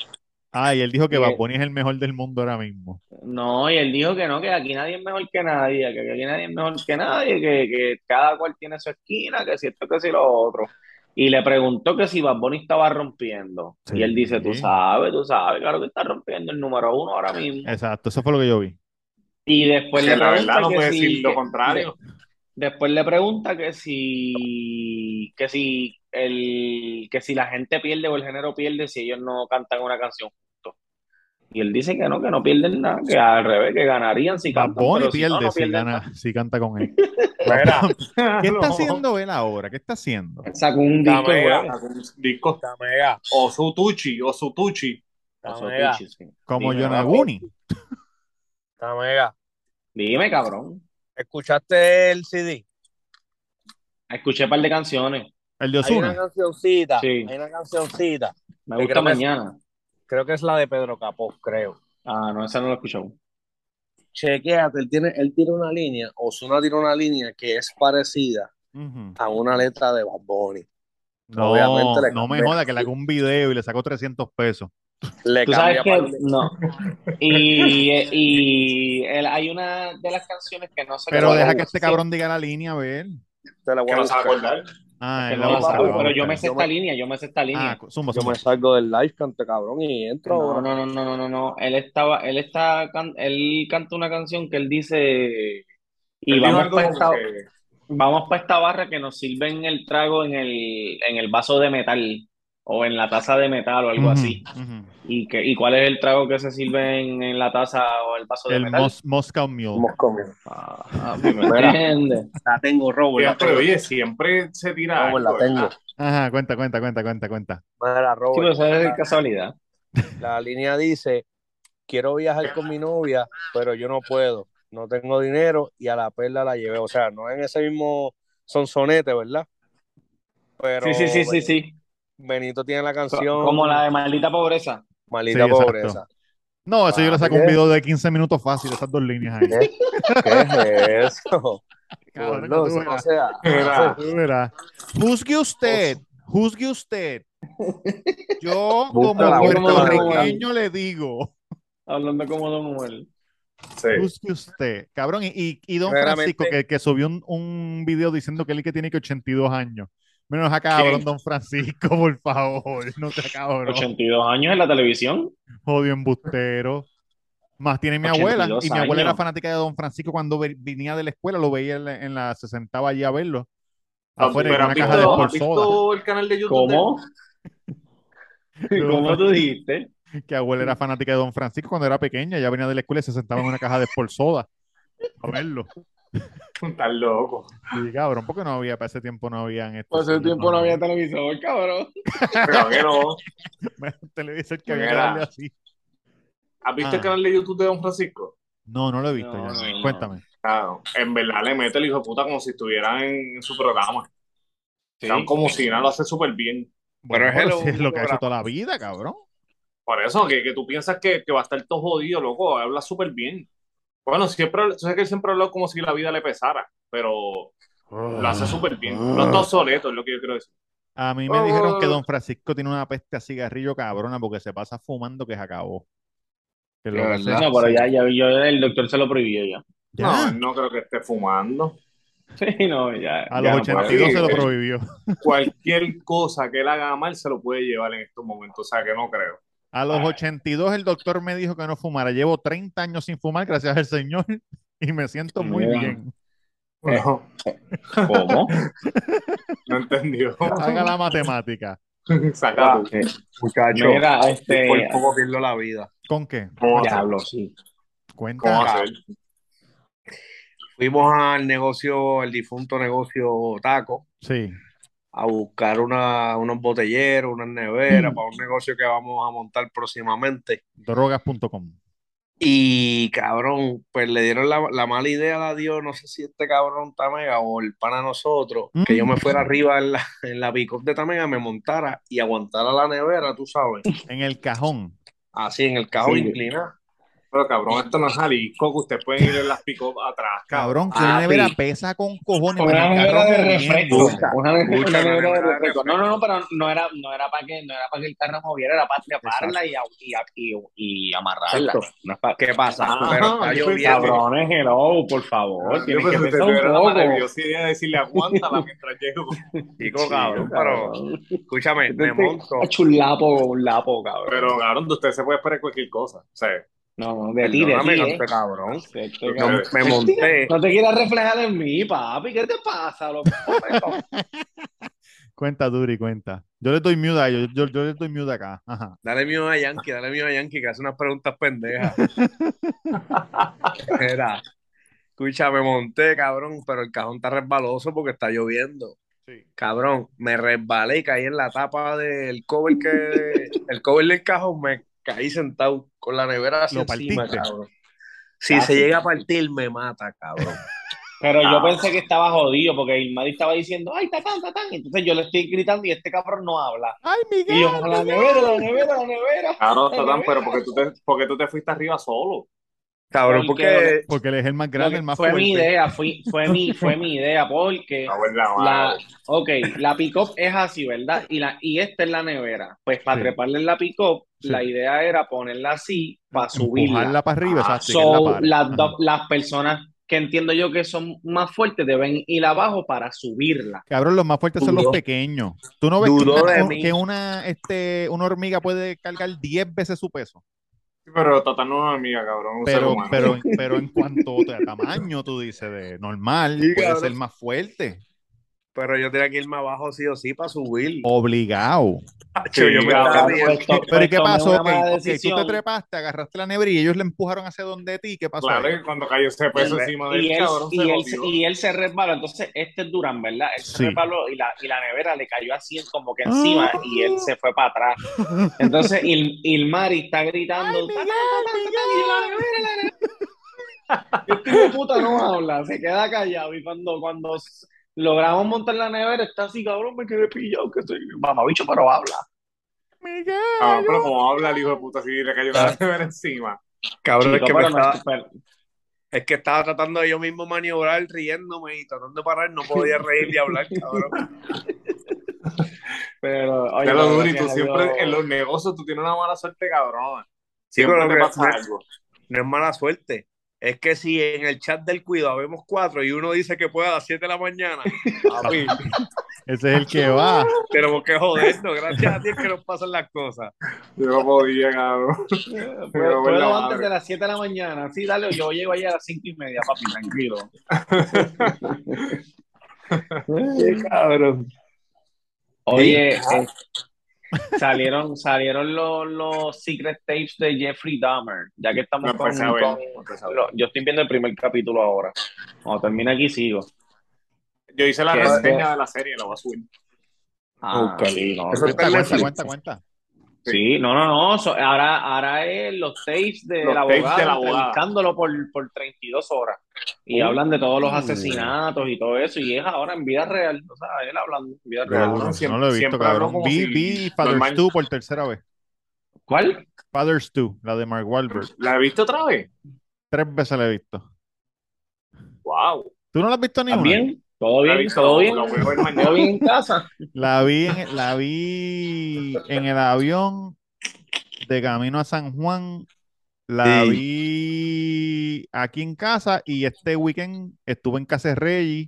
S3: Ah, y él dijo que
S6: Y
S3: Bad
S6: él-
S3: Bunny es el mejor del mundo ahora mismo.
S6: No, y él dijo que no, que aquí nadie es mejor que nadie, que aquí nadie es mejor que nadie, que, que cada cual tiene su esquina, que si esto, que si lo otro. Y le preguntó que si Bad Bunny estaba rompiendo. Y él dice, tú
S3: Sí.
S6: sabes, tú sabes, claro que está rompiendo el número uno ahora mismo.
S3: Exacto, eso fue lo que yo vi.
S6: Y después
S4: Que
S6: Pues le
S4: la
S6: pregunta
S4: verdad no
S6: que
S4: puede
S6: si-
S4: decir lo
S6: que-
S4: contrario.
S6: Después le pregunta que si, que si el, que si la gente pierde o el género pierde si ellos no cantan una canción juntos. Y él dice que no, que no pierden nada, que al revés, que ganarían si
S3: Bad
S6: cantan,
S3: Bunny
S6: pero si no,
S3: pierde
S6: no
S3: si
S6: pierden
S3: gana,
S6: nada.
S3: si canta con él.
S5: Mira,
S3: ¿Qué está
S4: No.
S3: haciendo él ahora? ¿Qué está haciendo?
S6: Sacó un
S5: La
S6: disco el
S5: mega.
S6: jueves.
S4: Algún disco.
S5: la mega,
S4: O Sutuchi, o Sutuchi.
S5: la
S6: Oso
S5: mega,
S6: Pichi, sí.
S3: Como
S6: Dime,
S3: Yonaguni.
S5: la mega.
S6: Dime, cabrón.
S5: ¿Escuchaste el CD?
S6: Escuché un par de canciones.
S3: El de
S5: Hay una
S3: Osuna.
S5: cancioncita,
S6: Sí.
S5: hay una cancioncita.
S6: Me
S5: Te
S6: gusta
S5: creo que-
S6: mañana.
S5: Creo que es la de Pedro Capó, creo.
S6: Ah, no, esa no la he escuchado.
S5: Chequéate, él tiene, él tiene una línea, Ozuna tiene una línea que es parecida
S3: Ujú.
S5: a una letra de Bad Bunny.
S3: No,
S5: Obviamente le
S3: no me
S5: cambia.
S3: joda que le haga un video y le sacó 300 pesos.
S5: Le
S6: Tú sabes que
S5: cambia para
S6: no. Y, y el- hay una de las canciones que no sé
S3: Pero
S6: cuál
S3: deja
S6: es.
S3: que este cabrón diga la línea, a ver.
S5: te la voy
S4: Que
S5: a
S4: no se va a
S5: buscar.
S4: acordar.
S3: Ah,
S6: Que
S3: él
S6: no
S3: la
S6: la
S3: va a buscar,
S6: saco,
S3: la va a
S6: pero yo me
S3: buscar.
S6: sé esta línea, yo me sé esta línea.
S3: Ah, zumba,
S5: Yo
S3: zumba.
S5: me salgo del live, cante cabrón, y entro
S6: No,
S5: ahora.
S6: no, no, no, no, no, no. Él estaba, él está, can- él canta una canción que él dice y
S4: Él dijo
S6: vamos
S4: algo
S6: para
S4: como
S6: esta,
S4: que-
S6: vamos pa' esta barra que nos sirven el trago en el, en el vaso de metal o en la taza de metal o algo
S3: Ujú,
S6: así.
S3: ujú.
S6: ¿Y que, y cuál es el trago que se sirve en, en la taza o el vaso de
S3: El
S6: metal?
S3: Mos- Moscow Mule.
S5: Hemos comido.
S6: Ah, ah, ¿me
S5: Mira.
S6: entiendes?
S5: La tengo, Robert, la
S4: Siempre,
S5: tengo.
S4: oye, siempre se tira
S5: Robert, la
S4: algo, ¿verdad?
S5: tengo.
S3: Ajá, cuenta, cuenta, cuenta, cuenta, cuenta.
S5: Mira,
S6: Sí, pero
S5: Robert,
S6: eso es
S5: la,
S6: casualidad.
S5: la línea dice, quiero viajar con mi novia, pero yo no puedo. No tengo dinero y a la perla la llevé. O sea, no en ese mismo sonsonete, ¿verdad? Pero
S6: Sí, sí, sí, sí, sí.
S5: Benito tiene la
S6: Co-
S5: canción
S6: Como la de maldita pobreza.
S5: Maldita
S3: Sí, exacto.
S5: Pobreza.
S3: No, eso yo le saco un
S5: Vale.
S3: video de 15 minutos fácil, esas dos líneas ahí.
S5: ¿Qué, ¿Qué es eso?
S3: Cabrón,
S5: Gordo,
S3: tú
S5: eso no
S3: verás.
S5: se
S4: Era.
S5: hace.
S3: Tú verás. Juzgue usted, juzgue usted. Yo,
S5: Búscala,
S3: como
S6: búscala.
S3: puertorriqueño, le digo,
S6: Hablando como Don Omar.
S4: Sí.
S3: juzgue usted. Cabrón, y, y- y don
S5: Verdaderamente-
S3: Francisco, que, que subió un, un video diciendo que él que tiene que 82 años. Menos acá, cabrón,
S4: ¿Quién?
S3: don Francisco, por favor. No te cabrón.
S6: 82 años en la televisión.
S3: Odio embustero. Más tiene mi abuela.
S6: 82
S3: Y mi abuela era
S6: años.
S3: fanática de Don Francisco cuando ve- venía de la escuela, lo veía en la, en la- se sentaba allí a verlo. Afuera
S4: Ah, Pero
S3: con
S4: ¿has
S3: una caja de
S4: visto,
S3: por
S4: has
S3: soda.
S4: visto el canal de YouTube?
S6: ¿Cómo?
S3: de Don
S6: ¿Cómo tú dijiste?
S3: que abuela era fanática de Don Francisco cuando era pequeña, ya venía de la escuela y se sentaba en una caja de por soda a verlo.
S4: de- Estás loco.
S3: Y cabrón, porque no había, para ese tiempo no habían esto.
S6: Por ese tiempo no había televisor, cabrón.
S4: Pero que no.
S3: Un televisor que había que
S4: Mira.
S3: darle así.
S4: ¿Has visto
S3: Ah.
S4: el canal de YouTube de Don Francisco?
S3: No, no lo he visto
S6: No,
S3: ya.
S6: no, no.
S3: Cuéntame.
S4: Claro, en verdad le mete el hijo de puta como si estuviera en su programa. Están como si nada, lo hace súper bien.
S3: Bueno,
S5: es
S3: pero
S5: el
S3: si es lo que ha hecho
S5: programa.
S3: toda la vida, cabrón.
S4: Por eso, que, que tú piensas que, que va a estar todo jodido, loco, habla súper bien. Bueno, siempre, yo sé que él siempre habló como si la vida le pesara, pero lo hace súper bien. Los dos soletos es lo que yo quiero decir.
S3: A mí me dijeron que Don Francisco tiene una peste a cigarrillo cabrona porque se pasa fumando que se acabó. Que lo-
S4: ¿De verdad?
S6: No, pero ya, ya, yo, el doctor se lo prohibió ya.
S3: Ya.
S4: No, no creo que esté fumando.
S6: Sí, no, ya.
S3: A
S6: ya
S3: los
S6: no puedo.
S3: 82 se lo
S4: Sí, sí.
S3: prohibió.
S4: Cualquier cosa que él haga mal se lo puede llevar en estos momentos, o sea que no creo.
S3: A los 82 el doctor me dijo que no fumara. Llevo 30 años sin fumar, gracias al Señor, y me siento muy
S6: Mira.
S3: bien.
S4: No,
S6: ¿Cómo?
S4: Eh, no entendió.
S3: Haga la matemática.
S4: Sacado.
S5: Muchacho,
S6: Mira, este.
S5: por poco pierdo la vida.
S3: ¿Con qué?
S4: ¿Cómo hacer?
S6: Diablo, sí.
S4: ¿Cómo
S3: Cuenta.
S4: hacer?
S5: Fuimos al negocio, el difunto negocio Taco,
S3: Sí.
S5: a buscar una, unos botelleros, unas neveras
S3: Mm.
S5: para un negocio que vamos a montar próximamente.
S3: Drogas.com.
S5: Y cabrón, pues le dieron la, la mala idea, la dio, no sé si este cabrón Tamega o el pana nosotros, que yo me fuera arriba en la, en la pick-up de Tamega, me montara y aguantara la nevera, tú sabes,
S3: En el cajón.
S5: así en el cajón
S6: Sí.
S5: inclinado.
S4: Pero cabrón, esto no es Jalisco, que ustedes pueden ir en las pick atrás, cabrón.
S3: Cabrón, que una
S6: Papi.
S3: nevera pesa con cojones.
S6: Una
S3: mano, el
S6: nevera
S3: carro
S6: de
S3: moviendo.
S6: refresco.
S5: Escucha,
S6: Una nevera-
S5: escucha,
S6: una
S5: una
S6: nevera de
S5: nevera de
S6: refresco.
S5: refresco.
S6: No, no, no, pero no era, no era para que, no era para que el carro moviera, era para atraparla y, a- y, a- y, y amarrarla.
S5: Exacto.
S6: No es para
S5: ¿Qué pasa?
S4: Ah,
S5: Pero está
S4: yo pensé-
S5: lloviendo.
S6: Cabrones, hello, por
S4: Yo
S6: favor. Tienes que
S4: pensé que te
S6: pensar un
S4: era
S6: poco.
S4: la maravillosa idea de decirle aguántala mientras llego.
S5: Chico, cabrón, pero escúchame, me monto.
S6: Ha hecho un lapo, un lapo, cabrón.
S4: Pero cabrón, de usted se puede esperar cualquier cosa. O sea,
S6: no, no, de ti, de
S5: Perdóname,
S6: ti,
S5: no
S6: eh.
S5: este cabrón.
S6: Perfecto,
S4: Yo
S5: Yo
S6: cabrón.
S5: me monté.
S6: No te quieras reflejar en mí, papi. ¿Qué te pasa, loco?
S3: Cuenta, Duri, cuenta. Yo le doy mute a ellos. Yo, yo le doy mute acá. Ajá.
S5: Dale mío a Yankee, dale mío a Yankee, que hace unas preguntas pendejas. Era, escucha, me monté, cabrón, pero el cajón está resbaloso porque está lloviendo. Cabrón, me resbalé y caí en la tapa del cover que, el cover del cajón, me caí sentado con la nevera así
S3: Lo
S5: encima,
S3: partiste.
S5: cabrón. Si
S6: Casi.
S5: se llega a partir, me mata, cabrón.
S6: Pero yo pensé que estaba jodido porque Ilmari estaba diciendo, ay, tatán, tatán. Entonces yo le estoy gritando y este cabrón no habla.
S3: Ay, Miguel.
S6: Y yo, la nevera, la nevera, la nevera.
S4: cabrón, Tatán, pero porque tú, te, porque tú te fuiste arriba solo.
S5: Cabrón,
S6: Porque-
S5: porque
S3: Porque él es el más grande, el más
S6: fue
S3: fuerte.
S6: mi idea, fui- fue, mi, fue mi idea porque...
S4: La buena
S6: La,
S4: madre.
S6: ok, la pick-up es así, ¿verdad? Y, la, y esta es la nevera. Pues para
S3: Sí.
S6: treparle en la pick-up,
S3: Sí.
S6: la idea era ponerla así para subirla. Ah,
S3: Empujarla para arriba, exacto, y que él la
S6: So,
S3: pare.
S6: las,
S3: Ajá.
S6: dos- las personas que entiendo yo que son más fuertes deben ir abajo para subirla.
S3: Cabrón, los más fuertes son los
S5: Dudó.
S3: pequeños. ¿Tú no ves
S5: Dudó
S3: que,
S5: de
S3: una,
S5: mí.
S3: que una, este, una hormiga puede cargar 10 veces su peso?
S4: Sí, Pero Tatán no es una amiga, cabrón, un ser
S3: Pero,
S4: humano.
S3: pero, pero en cuanto a tamaño, tú dices, de normal,
S5: Sí,
S3: puede
S5: cabrón.
S3: ser más fuerte.
S5: pero yo tenía que irme abajo sí o sí para subir.
S3: Oh, Obligado.
S5: Tacho, yo me estaba
S6: Cabrón,
S5: riendo.
S6: pues, to-
S3: Pero ¿y
S6: pues,
S3: qué
S6: tomé
S3: pasó?
S6: una
S3: Ok,
S6: mala
S3: ok, tú te
S6: decisión
S3: trepaste, agarraste la nevera y ellos le empujaron hacia donde ti. ¿Qué pasó?
S4: Claro
S3: ahí?
S4: que cuando cayó ese peso
S5: Y-
S4: encima del
S6: y él,
S4: cabrón,
S6: y,
S4: se
S6: él,
S4: jodió.
S6: y él se resbaló. Entonces, este es Durán, ¿verdad? Él
S3: Sí.
S6: se resbaló y la, y la nevera le cayó así como que encima y él se fue para atrás. Entonces, Il- Ilmari está gritando. "Tatán, tatán, tatán", y la nevera, la nevera. Este hijo de puta no habla, se queda callado. Y cuando, cuando s- logramos montar la nevera, está así, cabrón, me quedé pillado. Que soy mamabicho, pero habla.
S4: Cabrón, pero como habla el hijo de puta, si le
S6: Ah.
S4: cayó la nevera encima.
S5: Cabrón, es
S6: Chico,
S5: que me
S6: pero no-
S5: estaba,
S6: pero-
S5: Es que estaba tratando de yo mismo maniobrar, riéndome y tratando de parar, no podía reír y hablar, cabrón.
S6: pero, oye,
S4: Ya lo
S6: pero
S4: duro, y tú
S6: gracias a Dios.
S4: siempre en los negocios tú tienes una mala suerte, cabrón. Siempre
S5: pero
S4: te
S5: que-
S4: pasa algo.
S5: No es mala suerte. Es que si en el chat del cuidado vemos cuatro y uno dice que puede a las 7 de la mañana,
S6: Ah,
S5: papi,
S3: Ese es el que va.
S5: tenemos que jodernos. Gracias a ti es que nos pasan las cosas.
S4: Yo no podía, cabrón.
S6: Eh, Puedo,
S4: Pero,
S6: puedo
S4: ¿verdad,
S6: antes
S4: madre?
S6: de las 7 de la mañana. Sí, dale, yo llego allá a las 5 y media, papi, tranquilo.
S5: cabrón.
S6: Oye,
S4: Ah.
S6: eh, salieron, salieron los, los secret tapes de Jeffrey Dahmer, ya que estamos
S4: No,
S6: con,
S4: pues, a ver,
S6: con-
S4: pues, a ver.
S6: lo- Yo estoy viendo el primer capítulo ahora. Cuando termine aquí sigo.
S4: Yo hice la
S6: ¿Qué?
S4: reseña de la serie, la voy a subir.
S6: Ah,
S5: Ok.
S6: sí, no,
S5: Eso
S3: Cuenta,
S5: está
S3: cuenta,
S5: Netflix.
S3: cuenta, cuenta.
S6: sí, no, no, no. so- ahora, ahora es los tapes de
S4: Los
S6: la
S4: tapes
S6: abogada
S4: de la abogada.
S6: entrevistándolo por, por 32 horas. Y hablan de todos los asesinatos y todo eso. Y es ahora en vida real. O sea, él hablando en vida real.
S4: Cabrón,
S3: no
S4: siempre-
S3: lo he visto,
S4: siempre hablo
S3: cabrón.
S4: como
S3: Vi,
S4: si
S3: vi Father
S4: normal.
S3: Stu por tercera vez.
S6: ¿Cuál?
S3: Father Stu, la de Mark Wahlberg.
S4: ¿La viste otra vez?
S3: Tres veces la he visto.
S4: ¡Wow!
S3: ¿Tú no la has visto ni una?
S6: ¿También? ¿Todo
S4: La he
S6: bien?
S4: visto,
S6: ¿Todo bien?
S4: la voy a ver mañana.
S6: ¿Todo bien en casa?
S3: La vi, en, la vi en el avión de camino a San Juan. La
S5: Sí.
S3: vi aquí en casa y este weekend estuve en Casa de Reyes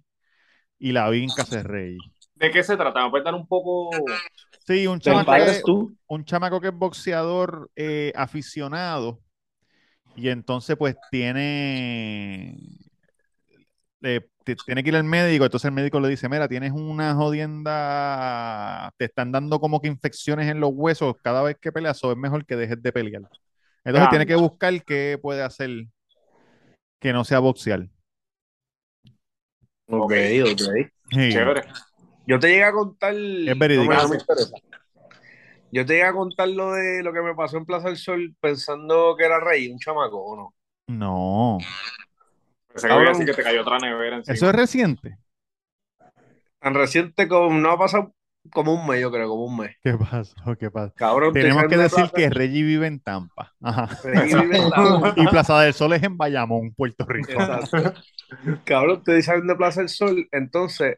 S3: y la vi en Casa de Reyes.
S4: ¿De qué se trata? ¿Me puedes dar un poco...?
S3: Sí, un
S6: ¿Te
S3: chamaco,
S6: pagas
S3: que,
S6: tú?
S3: un chamaco que es boxeador eh, aficionado y entonces pues tiene eh, t- tiene que ir al médico, entonces el médico le dice, mira, tienes una jodienda, te están dando como que infecciones en los huesos cada vez que peleas, o es mejor que dejes de pelear. Entonces
S4: Ah.
S3: tiene que buscar qué puede hacer que no sea boxear.
S5: Ok, ok.
S3: Sí.
S4: Chévere.
S5: Yo te llegué a contar. Es
S3: verídico.
S5: Yo te llegué a contar lo de lo que me pasó en Plaza del Sol pensando que era rey, un chamaco, ¿o no?
S3: No,
S4: Pensé que iba a decir que te cayó otra nevera encima.
S3: eso es reciente.
S5: Tan reciente como no ha pasado como un mes, yo creo, como un mes.
S3: ¿Qué pasó? ¿Qué pasó?
S5: Cabrón, te
S3: Tenemos
S5: sale
S3: que
S5: una
S3: decir
S5: plaza-
S3: que Reggie vive en Tampa. Ajá.
S5: Reggie vive en la-
S3: Y Plaza del Sol es en Bayamón, Puerto Rico.
S5: Eh. Exacto. Cabrón, te salen de Plaza del Sol, entonces,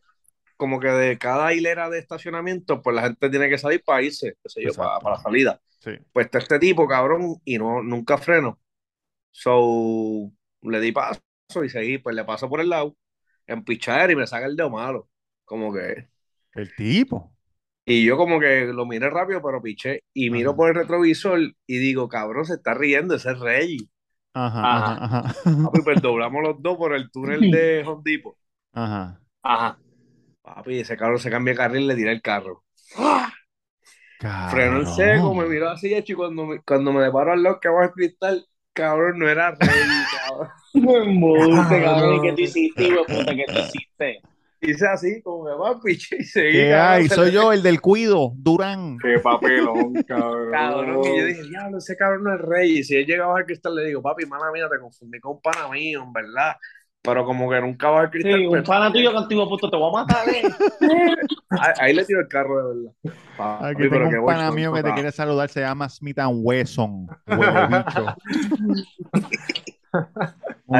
S5: como que de cada hilera de estacionamiento, pues la gente tiene que salir para irse, qué sé yo, para,
S3: Exacto.
S5: para la salida.
S3: Sí.
S5: Pues está este tipo, cabrón, y no, nunca freno. So, le di paso y seguí, pues le paso por el lado, en pichadera y me saca el dedo malo. Como que.
S3: El tipo.
S5: Y yo como que lo miré rápido, pero piché. Y miro
S3: Ajá.
S5: por el retrovisor y digo, cabrón, se está riendo, ese es Reggie.
S3: Ajá, ajá, ajá.
S5: Papi, pues doblamos los dos por el túnel de Home Depot.
S3: Ajá.
S4: Ajá.
S5: Papi, ese cabrón se cambia de carril, le tiré el carro.
S3: Ah,
S5: Frenó en
S3: Cabrón.
S5: seco, me miró así, hecho, y cuando me, cuando me deparo al lado que abajo el cristal, cabrón, no era rey, cabrón.
S6: Me embuste, cabrón.
S5: cabrón.
S6: ¿Y qué tú hiciste, hijo de puta? ¿Qué tú hiciste?
S5: Hice así, como que papi, y seguí,
S3: ¿Qué
S5: cabrón,
S3: hay?
S5: se
S3: Soy
S5: le-
S3: yo, el del cuido, Durán.
S4: Qué papelón, cabrón.
S5: Cabrón, y yo dije, diablo, ese cabrón no es rey. Y si él llegaba al cristal, le digo, papi, mala mía, te confundí con un pana mío, en verdad. Pero como que nunca va al cristal,
S6: Sí, un
S5: pues,
S6: pana tuyo contigo, puto, te voy a matar, eh.
S5: ahí, ahí le tiro el carro, de verdad. Papi,
S3: Aquí tengo
S5: pero qué
S3: un pana
S5: bochorno,
S3: mío que te
S5: cabrón.
S3: quiere saludar, se llama Smith and Wesson. Huevo bicho.
S5: Ah, cabrón, la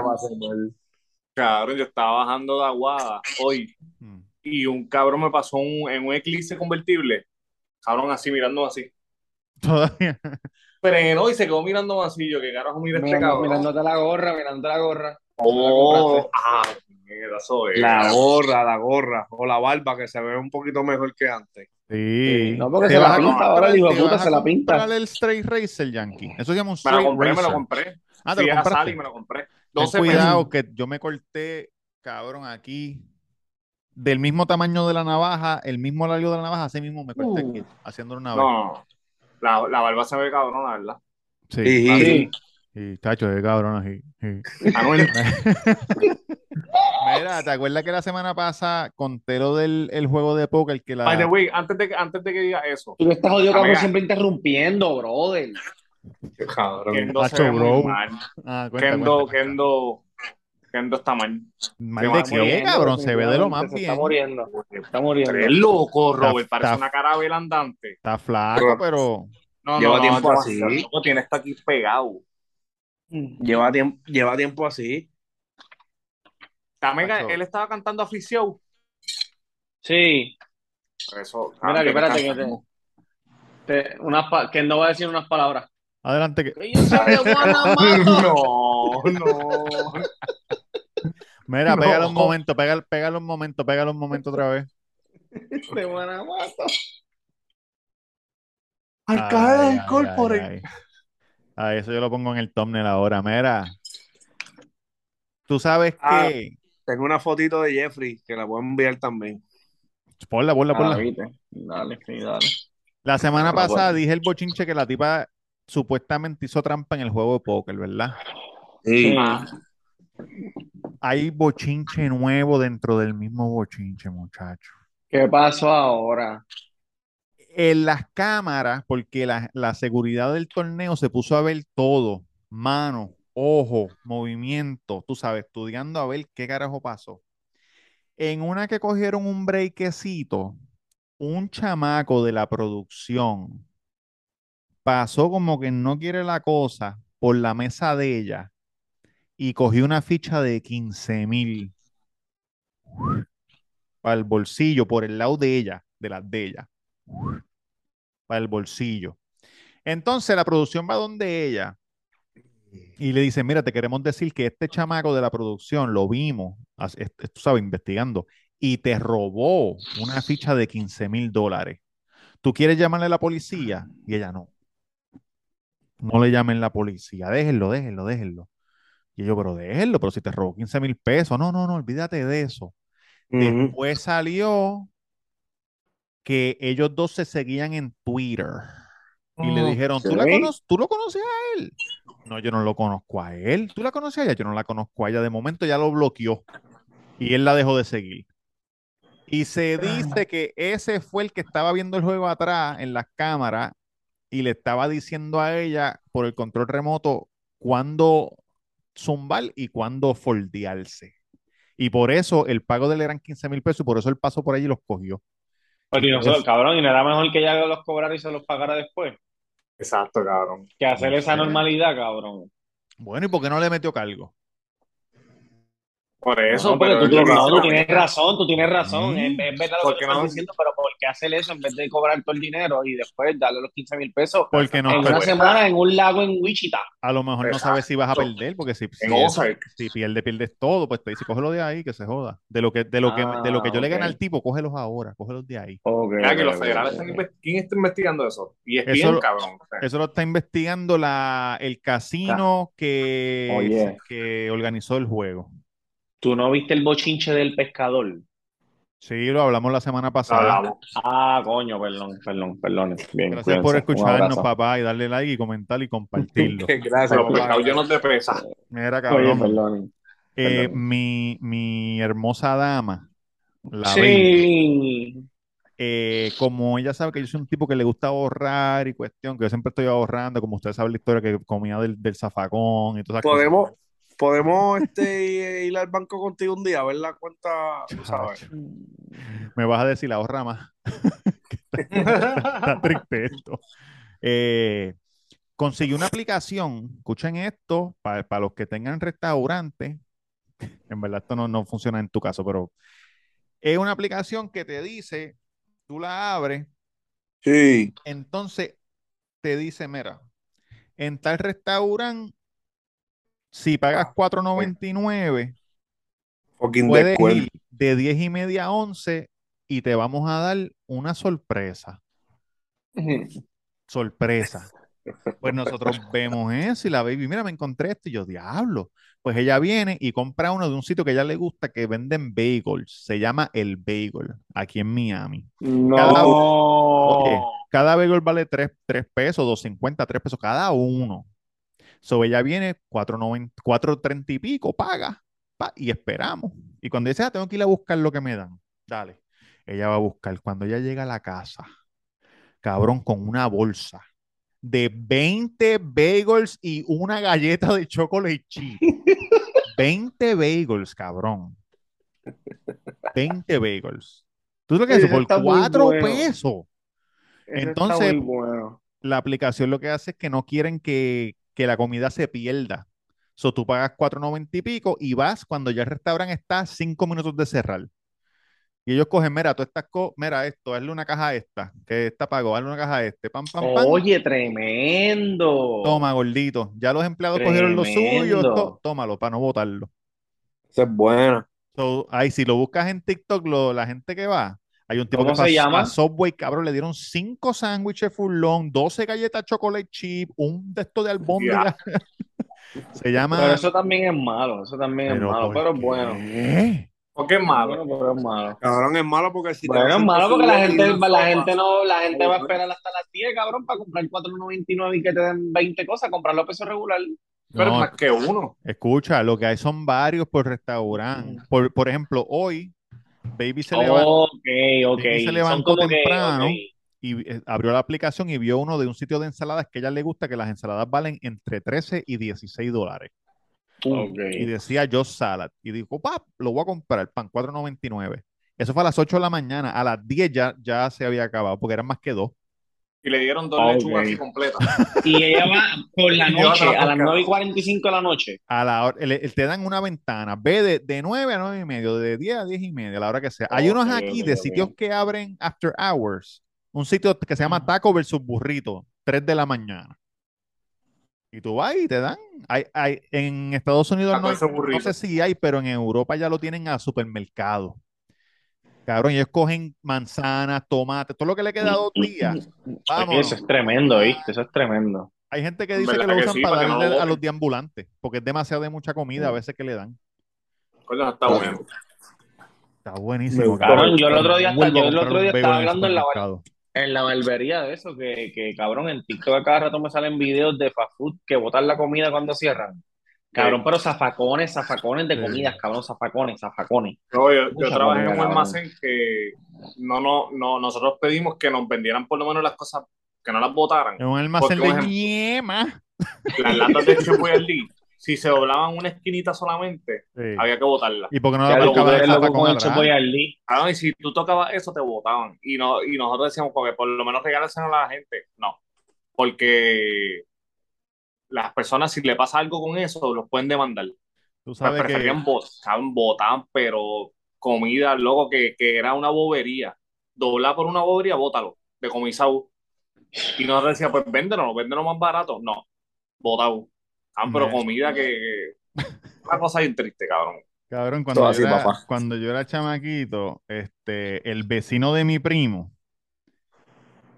S3: Muchacho.
S5: pasé mal.
S4: Cabrón, yo estaba bajando de Aguada hoy
S3: Mm.
S4: y un cabrón me pasó un- en un eclipse convertible. Cabrón, así mirándome así.
S3: Todavía.
S4: Frenó y se quedó mirándome así. Yo, qué carajo mira este
S6: Mirando-
S4: cabrón.
S6: Mirándote la gorra, mirándote la gorra.
S4: Oh, ah, mierda, eso es.
S1: Eh,
S5: La gorra, la gorra, o la barba que se ve un poquito mejor que antes.
S3: Sí.
S6: No, porque
S3: Te
S6: se la
S3: vas a
S6: pinta
S3: comprar-
S6: ahora, el hijo de
S3: te
S6: puta,
S3: vas a
S6: se la pinta.
S3: comprar el Straight Racer, Yankee. Eso se llama un
S4: Me lo
S3: Straight
S4: compré, me
S3: Racer.
S4: lo compré.
S3: Ah, te
S4: Fui
S3: lo
S4: a
S3: compraste.
S4: Sally y me lo compré.
S3: Ten
S4: 12 pesos.
S3: cuidado que yo me corté, cabrón, aquí. Del mismo tamaño de la navaja, el mismo largo de la navaja, así mismo me corté
S4: Uh.
S3: aquí, haciéndolo una
S4: No,
S3: vez.
S4: no, no. La, la barba se ve cabrona, ¿verdad?
S3: Sí.
S5: Y- y-
S6: Sí.
S3: Y tacho, de cabrón así. sí.
S4: Anuel.
S3: Mira, ¿te acuerdas que la semana pasada conté lo del el juego de póker que la.
S4: By the way, antes de, que- antes de que diga eso,
S6: Tú estás jodido, cabrón,
S4: Amiga.
S6: siempre interrumpiendo, brother.
S5: Cabrón.
S4: Kendo se
S3: Macho,
S4: ve muy
S3: bro.
S4: mal.
S3: Ah, cuenta,
S4: Kendo,
S3: cuenta, cuenta.
S4: Kendo, Kendo está mal.
S3: Mal
S4: se
S3: de
S4: va
S3: qué,
S6: Muriendo,
S3: cabrón, se ve de lo más
S6: definitivamente, Se
S3: bien.
S6: está muriendo, está muriendo.
S4: Pero es loco, Robert.
S3: Está-
S4: parece
S3: está-
S4: una carabela andante.
S3: Está flaco, pero.
S4: No, no,
S5: Lleva
S4: no,
S5: tiempo
S4: no,
S5: así.
S4: Loco, tiene hasta aquí pegado.
S6: Mm.
S5: Lleva tiempo, lleva tiempo así.
S4: También
S3: Macho.
S4: él estaba cantando afición.
S6: Sí,
S4: Por eso.
S6: mira Ah, que
S4: antes
S6: espérate
S4: de
S6: que
S4: cantar.
S6: te- te- unas pa- que no va a decir unas palabras.
S3: Adelante que.
S6: Que yo soy de Guanamato.
S4: No, no.
S3: Mira,
S4: No.
S3: pégale un momento, pégale, pégale un momento, pégale un momento otra vez.
S6: De Guanamato.
S3: Ay, ay, ay, ay. Ay, eso yo lo pongo en el thumbnail ahora. Mira. Tú sabes
S5: Ah.
S3: que.
S5: Tengo una fotito de Jeffrey que la puedo enviar también.
S3: Ponla, ponla,
S6: Ah,
S3: ponla.
S6: viste. Dale, sí, dale.
S3: La semana
S6: Ah, bueno.
S3: pasada dije el bochinche que la tipa supuestamente hizo trampa en el juego de póker, ¿verdad?
S5: Sí.
S6: Ah,
S3: Hay bochinche nuevo dentro del mismo bochinche, muchacho.
S6: ¿Qué pasó ahora?
S3: En las cámaras, porque la, la seguridad del torneo se puso a ver todo, mano, ojo, movimiento, tú sabes, estudiando a ver qué carajo pasó. En una que cogieron un breakecito, un chamaco de la producción pasó como que no quiere la cosa por la mesa de ella y cogió una ficha de 15 mil para el bolsillo, por el lado de ella, de las de ella, para el bolsillo. Entonces la producción va donde ella y le dice, mira, te queremos decir que este chamaco de la producción lo vimos, as- es- es- tú sabes, investigando, y te robó una ficha de 15 mil dólares. ¿Tú quieres llamarle a la policía? Y ella no. No le llamen la policía, déjenlo, déjenlo, déjenlo. Y yo, pero déjelo, pero si te robó 15 mil pesos. No, no, no, olvídate de eso.
S5: Ujú.
S3: Después salió que ellos dos se seguían en Twitter. Y le dijeron, ¿Tú, la
S6: Ok.
S3: cono- ¿tú lo conocías a él? No, yo no lo conozco a él. ¿Tú la conocías a ella? Yo no la conozco a ella. De momento ya lo bloqueó. Y él la dejó de seguir. Y se dice que ese fue el que estaba viendo el juego atrás en las cámaras y le estaba diciendo a ella por el control remoto cuándo zumbar y cuándo foldearse. Y por eso el pago de él eran 15 mil pesos y por eso él pasó por allí y los cogió.
S6: Pero y nosotros, Pues, cabrón, y no era mejor que ella los cobrara y se los pagara después.
S4: Exacto, cabrón.
S6: Que hacer
S3: No
S6: esa
S3: sé.
S6: normalidad, cabrón.
S3: Bueno, ¿y por qué no le metió cargo?
S4: Por eso,
S6: No, porque
S4: pero
S6: tú,
S4: él le
S6: no,
S4: hizo
S6: tú
S4: la
S6: tienes
S4: mierda.
S6: razón, tú tienes razón.
S3: Mm.
S6: Es, es verdad lo
S4: ¿Por
S6: que
S4: qué
S6: tú estás
S4: no?
S6: diciendo, pero ¿por qué hacer eso en vez de cobrar todo el dinero y después darle los 15 mil pesos
S3: Porque no,
S6: en una
S4: pues.
S6: semana en un lago en Wichita?
S3: a lo mejor no sabes si vas a
S4: Exacto.
S3: perder, porque si, si
S4: En
S3: es-
S4: Ozark.
S3: si pierde, pierdes todo, pues te dice, cógelo de ahí, que se joda. De lo que, de lo que, de lo que
S6: Ah,
S3: yo le gané
S6: ok.
S3: al tipo, cógelos ahora, cógelos de ahí.
S4: Mira que los federales están inve- ¿Quién está investigando eso? Y es
S3: Eso
S4: bien,
S3: lo-
S4: cabrón. O sea,
S3: Eso lo está investigando la, el casino que,
S6: Oye.
S3: que organizó el juego.
S6: ¿Tú no viste el bochinche del pescador?
S3: Sí, lo hablamos la semana
S4: lo
S3: pasada.
S4: hablamos.
S6: Ah, coño, perdón, perdón, perdón. Bien,
S3: Gracias
S6: cuídense.
S3: por
S6: Un
S3: escucharnos,
S6: abrazo.
S3: papá, y darle like y comentar y compartirlo.
S5: Gracias,
S4: Pero
S5: papá.
S4: pescado llenos de pesa.
S3: Mira,
S6: Oye,
S3: cabrón.
S6: perdón.
S3: eh,
S6: perdón.
S3: mi, mi hermosa dama, la vi.
S6: Sí.
S3: eh, como ella sabe que yo soy un tipo que le gusta ahorrar y cuestión, que yo siempre estoy ahorrando, como ustedes saben la historia que comía del, del zafacón y todas esas
S5: Podemos,
S3: cosas.
S5: podemos este, ir al banco contigo un día, a ver la cuenta,
S1: Ah,
S5: tú sabes.
S3: Chacho, Me vas a decir, ahorra más. Está triste esto. Eh, conseguí una aplicación, escuchen esto, para los que tengan restaurantes. En verdad, esto no, no funciona en tu caso, pero es una aplicación que te dice, tú la abres
S5: Sí.
S3: Entonces te dice, mira, en tal restaurante, si pagas 4.99,
S5: Ah, Fucking
S3: puedes
S5: descuento.
S3: ir de 10 y media a 11 y te vamos a dar una sorpresa. Sorpresa. Pues nosotros vemos eso y la baby, mira, me encontré esto y yo, diablo. Pues ella viene y compra uno de un sitio que a ella le gusta que venden bagels. Se llama El Bagel, aquí en Miami. Cada- Oye,
S6: No.
S3: cada bagel vale 3, pesos, 2.50, 3 pesos cada uno. So ella viene 4.90, 4.30 y pico, paga, pa, y esperamos. Y cuando dice, ah, tengo que ir a buscar lo que me dan, dale. Ella va a buscar. Cuando ella llega a la casa, cabrón, con una bolsa de 20 bagels y una galleta de chocolate chip. 20 bagels, cabrón. 20 bagels. ¿Tú sabes lo que es eso?
S6: Eso
S3: Por
S6: está muy
S3: 4
S6: bueno.
S3: pesos.
S6: Eso está
S3: Entonces-
S6: muy bueno.
S3: la aplicación lo que hace es que no quieren que, que la comida se pierda. So, tú pagas 4.90 y pico y vas cuando ya el restaurante está a 5 minutos de cerrar. Y ellos cogen, mira, tú estás, co mira esto, hazle una caja a esta, que esta pagó, hazle una caja a este, pam, pam, pam.
S6: Oye, tremendo.
S3: Toma, gordito. Ya los empleados cogieron lo suyo,
S6: Tremendo.
S3: esto, tómalo para no botarlo.
S5: Esa es buena.
S3: So, ahí, si lo buscas en TikTok, lo- la gente que va, hay un tipo
S6: ¿Cómo
S3: que
S6: se
S3: fue a-
S6: llama?
S3: a Subway, cabrón, le dieron cinco sándwiches full long, 12 galletas chocolate chip, un de esto de albóndiga. Se
S6: Pero
S3: llama.
S6: eso también es malo, eso también es
S3: Pero
S6: malo,
S3: ¿por
S6: pero es
S3: qué?
S6: bueno.
S4: ¿Por qué es malo?
S6: Bueno, pero es malo.
S5: Cabrón, es malo porque si te
S6: Bueno,
S5: hacen
S6: es malo
S5: que
S6: porque la
S5: subir
S6: gente,
S5: una
S6: la
S5: sopa,
S6: gente no, la gente va a
S5: Ojo.
S6: esperar hasta las 10, cabrón, para comprar 4.99 y que te den 20 cosas, comprar los pesos regular.
S4: Pero es
S3: No,
S4: más que uno.
S3: escucha, lo que hay son varios por restaurante. Por, por ejemplo, hoy Baby se levantó
S6: Ok, ok.
S3: Baby se
S6: Son
S3: levantó
S6: como que,
S3: temprano.
S6: ok.
S3: y eh, abrió la aplicación y vio uno de un sitio de ensaladas que a ella le gusta, que las ensaladas valen entre 13 y 16 dólares. Pum.
S6: Ok.
S3: Y decía yo salad. Y dijo, pap, lo voy a comprar, pan, 4.99. Eso fue a las 8 de la mañana. A las 10 ya, ya se había acabado, porque eran más que dos.
S4: Y le dieron dos
S6: Ok.
S4: lechugas así completas.
S6: Y ella va por la
S4: Y va
S6: noche,
S4: a la
S6: a las
S4: boca.
S6: 9 y 45 de la noche.
S3: A la hora- le- te dan una ventana, ve de, de 9 a 9 y medio, de 10 a 10 y media, a la hora que sea. Hay unos
S6: Ok,
S3: aquí
S6: ok,
S3: de
S6: ok.
S3: sitios que abren after hours, un sitio que se llama Taco versus Burrito, 3 de la mañana. Y tú vas y te dan. Hay, hay- en Estados Unidos
S4: Taco
S3: no,
S4: versus
S3: no
S4: burrito.
S3: sé si hay, pero en Europa ya lo tienen a supermercado. Cabrón, ellos cogen manzanas, tomates, todo lo que le queda dos días.
S6: Oye,
S3: Vámonos.
S6: eso es tremendo, ¿viste? Eso es tremendo.
S3: Hay gente que dice que
S4: ¿Verdad
S3: lo
S4: que
S3: usan
S4: sí?
S3: para
S4: Para que no Mm.
S3: darle
S4: lo
S3: a los
S4: boten.
S3: deambulantes, porque es demasiado de mucha comida a veces que le dan.
S4: Coño, está bueno.
S3: Está buenísimo.
S5: Me
S3: cabrón.
S6: gusta. Yo el otro día hasta-
S3: Vuelvo a
S6: yo el
S3: comprar
S6: otro
S3: un
S6: día
S3: bagel
S6: estaba
S3: el
S6: hablando en la-
S3: supermercado.
S6: En la barbería de eso, que, que cabrón, en TikTok a cada rato me salen videos de fast food que botan la comida cuando cierran. Cabrón, pero zafacones, zafacones de
S3: Sí.
S6: comidas, cabrón, zafacones, zafacones.
S4: No, yo, yo
S6: Mucha
S4: trabajé en
S6: comida,
S4: un
S6: cabrón.
S4: almacén que no, no, no, nosotros pedimos que nos vendieran por lo menos las cosas, que no las botaran.
S3: Es un almacén
S4: Porque, por
S3: de
S4: ejemplo,
S3: ñema.
S4: Las latas de Chipuyaldi, si se doblaban una esquinita solamente,
S3: Sí.
S4: había que botarlas.
S3: Y porque no
S6: Ya
S3: Ah, la
S6: lo que
S3: marcaba
S6: eres
S3: el
S6: loco
S3: zafacón
S6: con el
S3: atrás.
S6: Chocoyardí.
S4: Cabrón, y si tú tocabas eso, te botaban. Y, no, y nosotros decíamos, porque por lo menos regálaselo a la gente. No, porque las personas, si le pasa algo con eso, los pueden demandar.
S3: Tú sabes
S4: Pues
S3: que
S4: preferían botar, botar, pero comida, loco, que, que era una bobería. Doblar por una bobería, bótalo, de comisau. Y nosotros decía, pues véndelo, véndelo más barato. No, botado. Ah, pero
S3: Me-
S4: comida que. que- Una cosa bien triste, cabrón.
S3: Cabrón, cuando
S1: Todo
S3: yo,
S1: así,
S3: era,
S1: papá.
S3: cuando yo era chamaquito, este, el vecino de mi primo,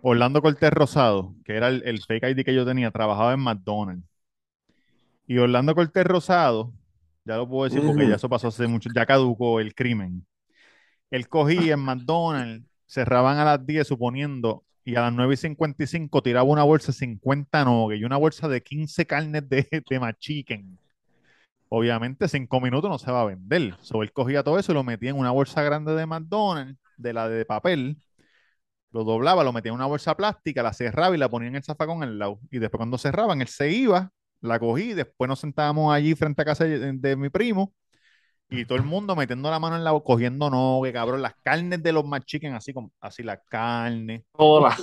S3: Orlando Cortés Rosado, que era el, el fake ID que yo tenía, trabajaba en McDonald's. Y Orlando Cortés Rosado, ya lo puedo decir porque
S1: Ujú.
S3: ya eso pasó hace mucho, ya caducó el crimen. Él cogía en McDonald's, cerraban a las 10 suponiendo, y a las 9 y 55 tiraba una bolsa de 50 nuggets y una bolsa de 15 carnes de, de machiquen. Obviamente, cinco minutos no se va a vender. So, él cogía todo eso y lo metía en una bolsa grande de McDonald's, de la de papel, lo doblaba, lo metía en una bolsa plástica, la cerraba y la ponía en el zafacón al lado. Y después, cuando cerraban, él se iba, la cogí, después nos sentábamos allí frente a casa de, de mi primo y todo el mundo metiendo la mano en la bo- cogiendo no, que cabrón, las carnes de los machiquen, así como, así las carnes.
S4: Toda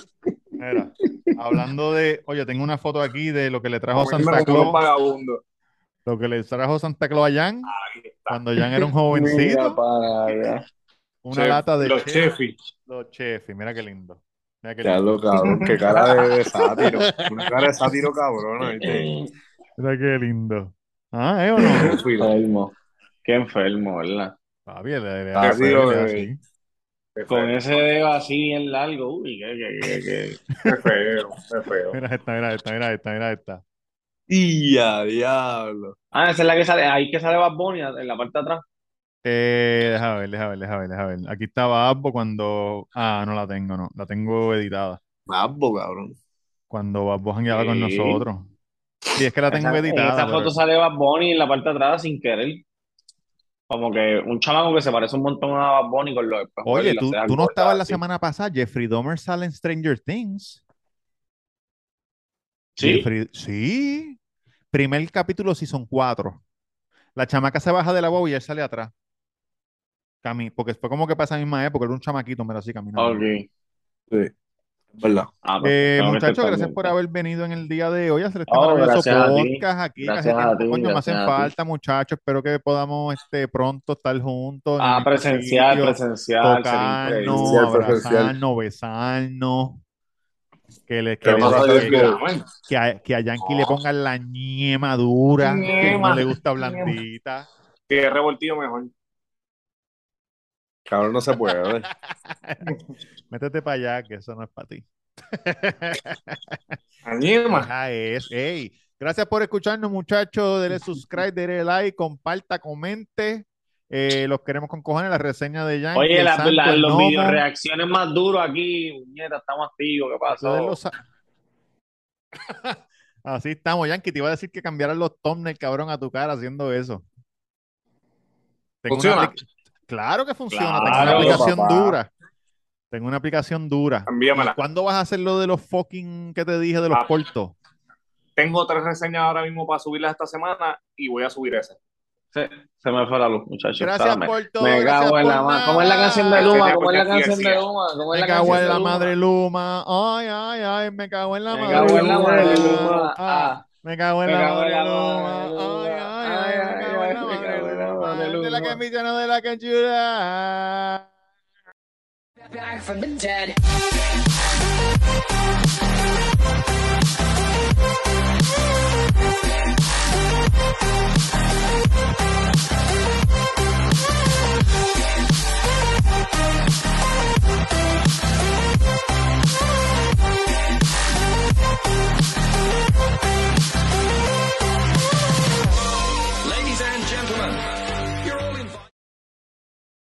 S3: Mira, hablando de, oye, tengo una foto aquí de lo que le trajo Santa
S4: comiéndome como un
S3: Claus,
S4: vagabundo.
S3: lo que le trajo Santa Claus a Jan
S4: Ahí está.
S3: cuando Jan era un jovencito.
S1: Mira para allá.
S3: Una
S4: Chef-
S3: lata de
S4: Los
S3: chef-
S4: chefis.
S3: Los chefis, mira qué lindo. Mira qué
S1: Ya
S3: lindo.
S1: lo cabrón, qué cara de, de sátiro. Una cara de sátiro cabrona,
S6: Eh.
S1: ¿viste? Qué
S3: Mira qué lindo. Ah, ¿eh o no?
S1: enfermo.
S6: Qué enfermo, ¿verdad?
S3: Papi, le, le-
S1: Ah, sí,
S3: le- le-
S1: bebé.
S3: así.
S6: Con ese dedo así bien largo, uy, que, que, que, que.
S4: Qué feo, qué feo.
S3: Mira esta, mira esta, mira esta, mira esta.
S1: Y a diablo.
S6: Ah, esa es la que sale, ahí que sale Bad Bunny en la parte de atrás.
S3: Eh, déjame ver, déjame ver, déjame ver, déjame ver. Aquí estaba Abbo cuando. Ah, no la tengo, no. La tengo editada.
S1: Mambo, cabrón.
S3: Cuando Babbo jangueaba con
S6: Sí.
S3: nosotros. Sí, es que la tengo
S6: Esa- en
S3: editada.
S6: esa
S3: pero-
S6: foto sale Bad Bunny en la parte de atrás sin querer. Como que un chamaco que se parece un montón a Bad Bunny con los espejuelos
S3: Oye,
S6: y las
S3: tú,
S6: cejas
S3: tú no
S6: gordas,
S3: estabas la
S6: así.
S3: semana pasada. Jeffrey Dahmer sale en Stranger Things.
S6: Sí,
S3: Jeffrey- sí. Primer capítulo, season 4. La chamaca se baja de la guagua y él sale atrás. Cami, porque fue como que pasa la misma época, era un chamaquito, mira, así caminando.
S6: ok.
S1: ¿Verdad?
S6: Ah, pues,
S3: Eh,
S6: tengo que estar
S3: muchachos, gracias
S6: pendiente.
S3: por haber venido en el día de hoy a hacer este
S6: Oh,
S3: maravilloso
S6: gracias a ti.
S3: podcast aquí. que hace
S6: Gracias a
S3: tiempo,
S6: ti,
S3: coño, me hacen
S6: gracias a ti.
S3: falta, muchachos. Espero que podamos este, pronto estar juntos. en el
S6: Ah,
S3: mismo
S6: presencial,
S3: sitio,
S6: presencial, sería
S3: tocarnos,
S6: increíble.
S1: Presencial, presencial.
S3: abrazarnos, besarnos. Que, le, que,
S1: Pero
S3: le-
S1: no sabes
S3: que-
S1: qué.
S4: Amén.
S3: que a, que a Yankee le pongan la ñema dura, que no
S4: Ñema,
S3: le gusta
S4: ñema.
S3: blandita.
S4: Qué revoltido mejor.
S1: Cabrón, no se puede. ¿eh?
S3: Métete para allá, que eso no es para ti.
S4: Añema.
S3: Ajá, es. Ey, gracias por escucharnos, muchachos. Dele subscribe, dele like, comparta, comente. Eh, los queremos con cojones. La reseña de Yankee.
S6: Oye,
S3: el
S6: la-
S3: santo,
S6: la-
S3: el
S6: los
S3: gnomo.
S6: videoreacciones reacciones más duros aquí, puñeta, estamos activos, ¿qué
S3: Ustedes
S6: pasó?
S3: lo sa- Así estamos, Yankee. Te iba a decir que cambiaran los thumbnails, cabrón, a tu cara haciendo eso. Tengo una
S4: ¿Funciona?
S3: apli- Claro que funciona. Tengo una
S6: Claro,
S3: aplicación
S1: papá.
S3: dura. Tengo una aplicación dura.
S4: Envíamela.
S3: ¿Cuándo vas a hacer lo de los fucking que te dije de los
S4: Ah.
S3: cortos?
S4: Tengo tres reseñas ahora mismo para subirlas esta semana y voy a subir esa.
S6: Se, se me fue la luz, muchachos.
S3: Gracias
S6: Dame.
S3: por todo.
S6: Me
S3: gracias
S6: cago en
S3: por
S6: la mano. ¿Cómo es la
S3: nada.
S6: canción de
S4: Sería
S6: Luma? ¿Cómo es la
S4: porque aquí
S6: canción de
S4: decía.
S6: Luma? ¿Cómo es
S3: Me
S6: la
S3: cago
S6: canción
S3: en
S6: de
S3: la
S6: Luma?
S3: madre Luma. Ay, ay, ay, me cago en la
S6: Me
S3: madre
S6: cago en la madre
S3: Luma.
S6: Luma.
S3: Ah,
S6: Ah,
S3: me cago en
S6: me
S3: la
S6: cago en
S3: madre
S6: la
S3: Luma.
S6: madre
S3: Ay,
S6: Luma.
S3: ay, ay, me
S6: Ay,
S3: cago en la
S6: ay, me cago en la
S3: madre
S6: madre
S3: Luma. De la
S6: Luma.
S3: camilla, no de la canchura.
S7: Back from the dead.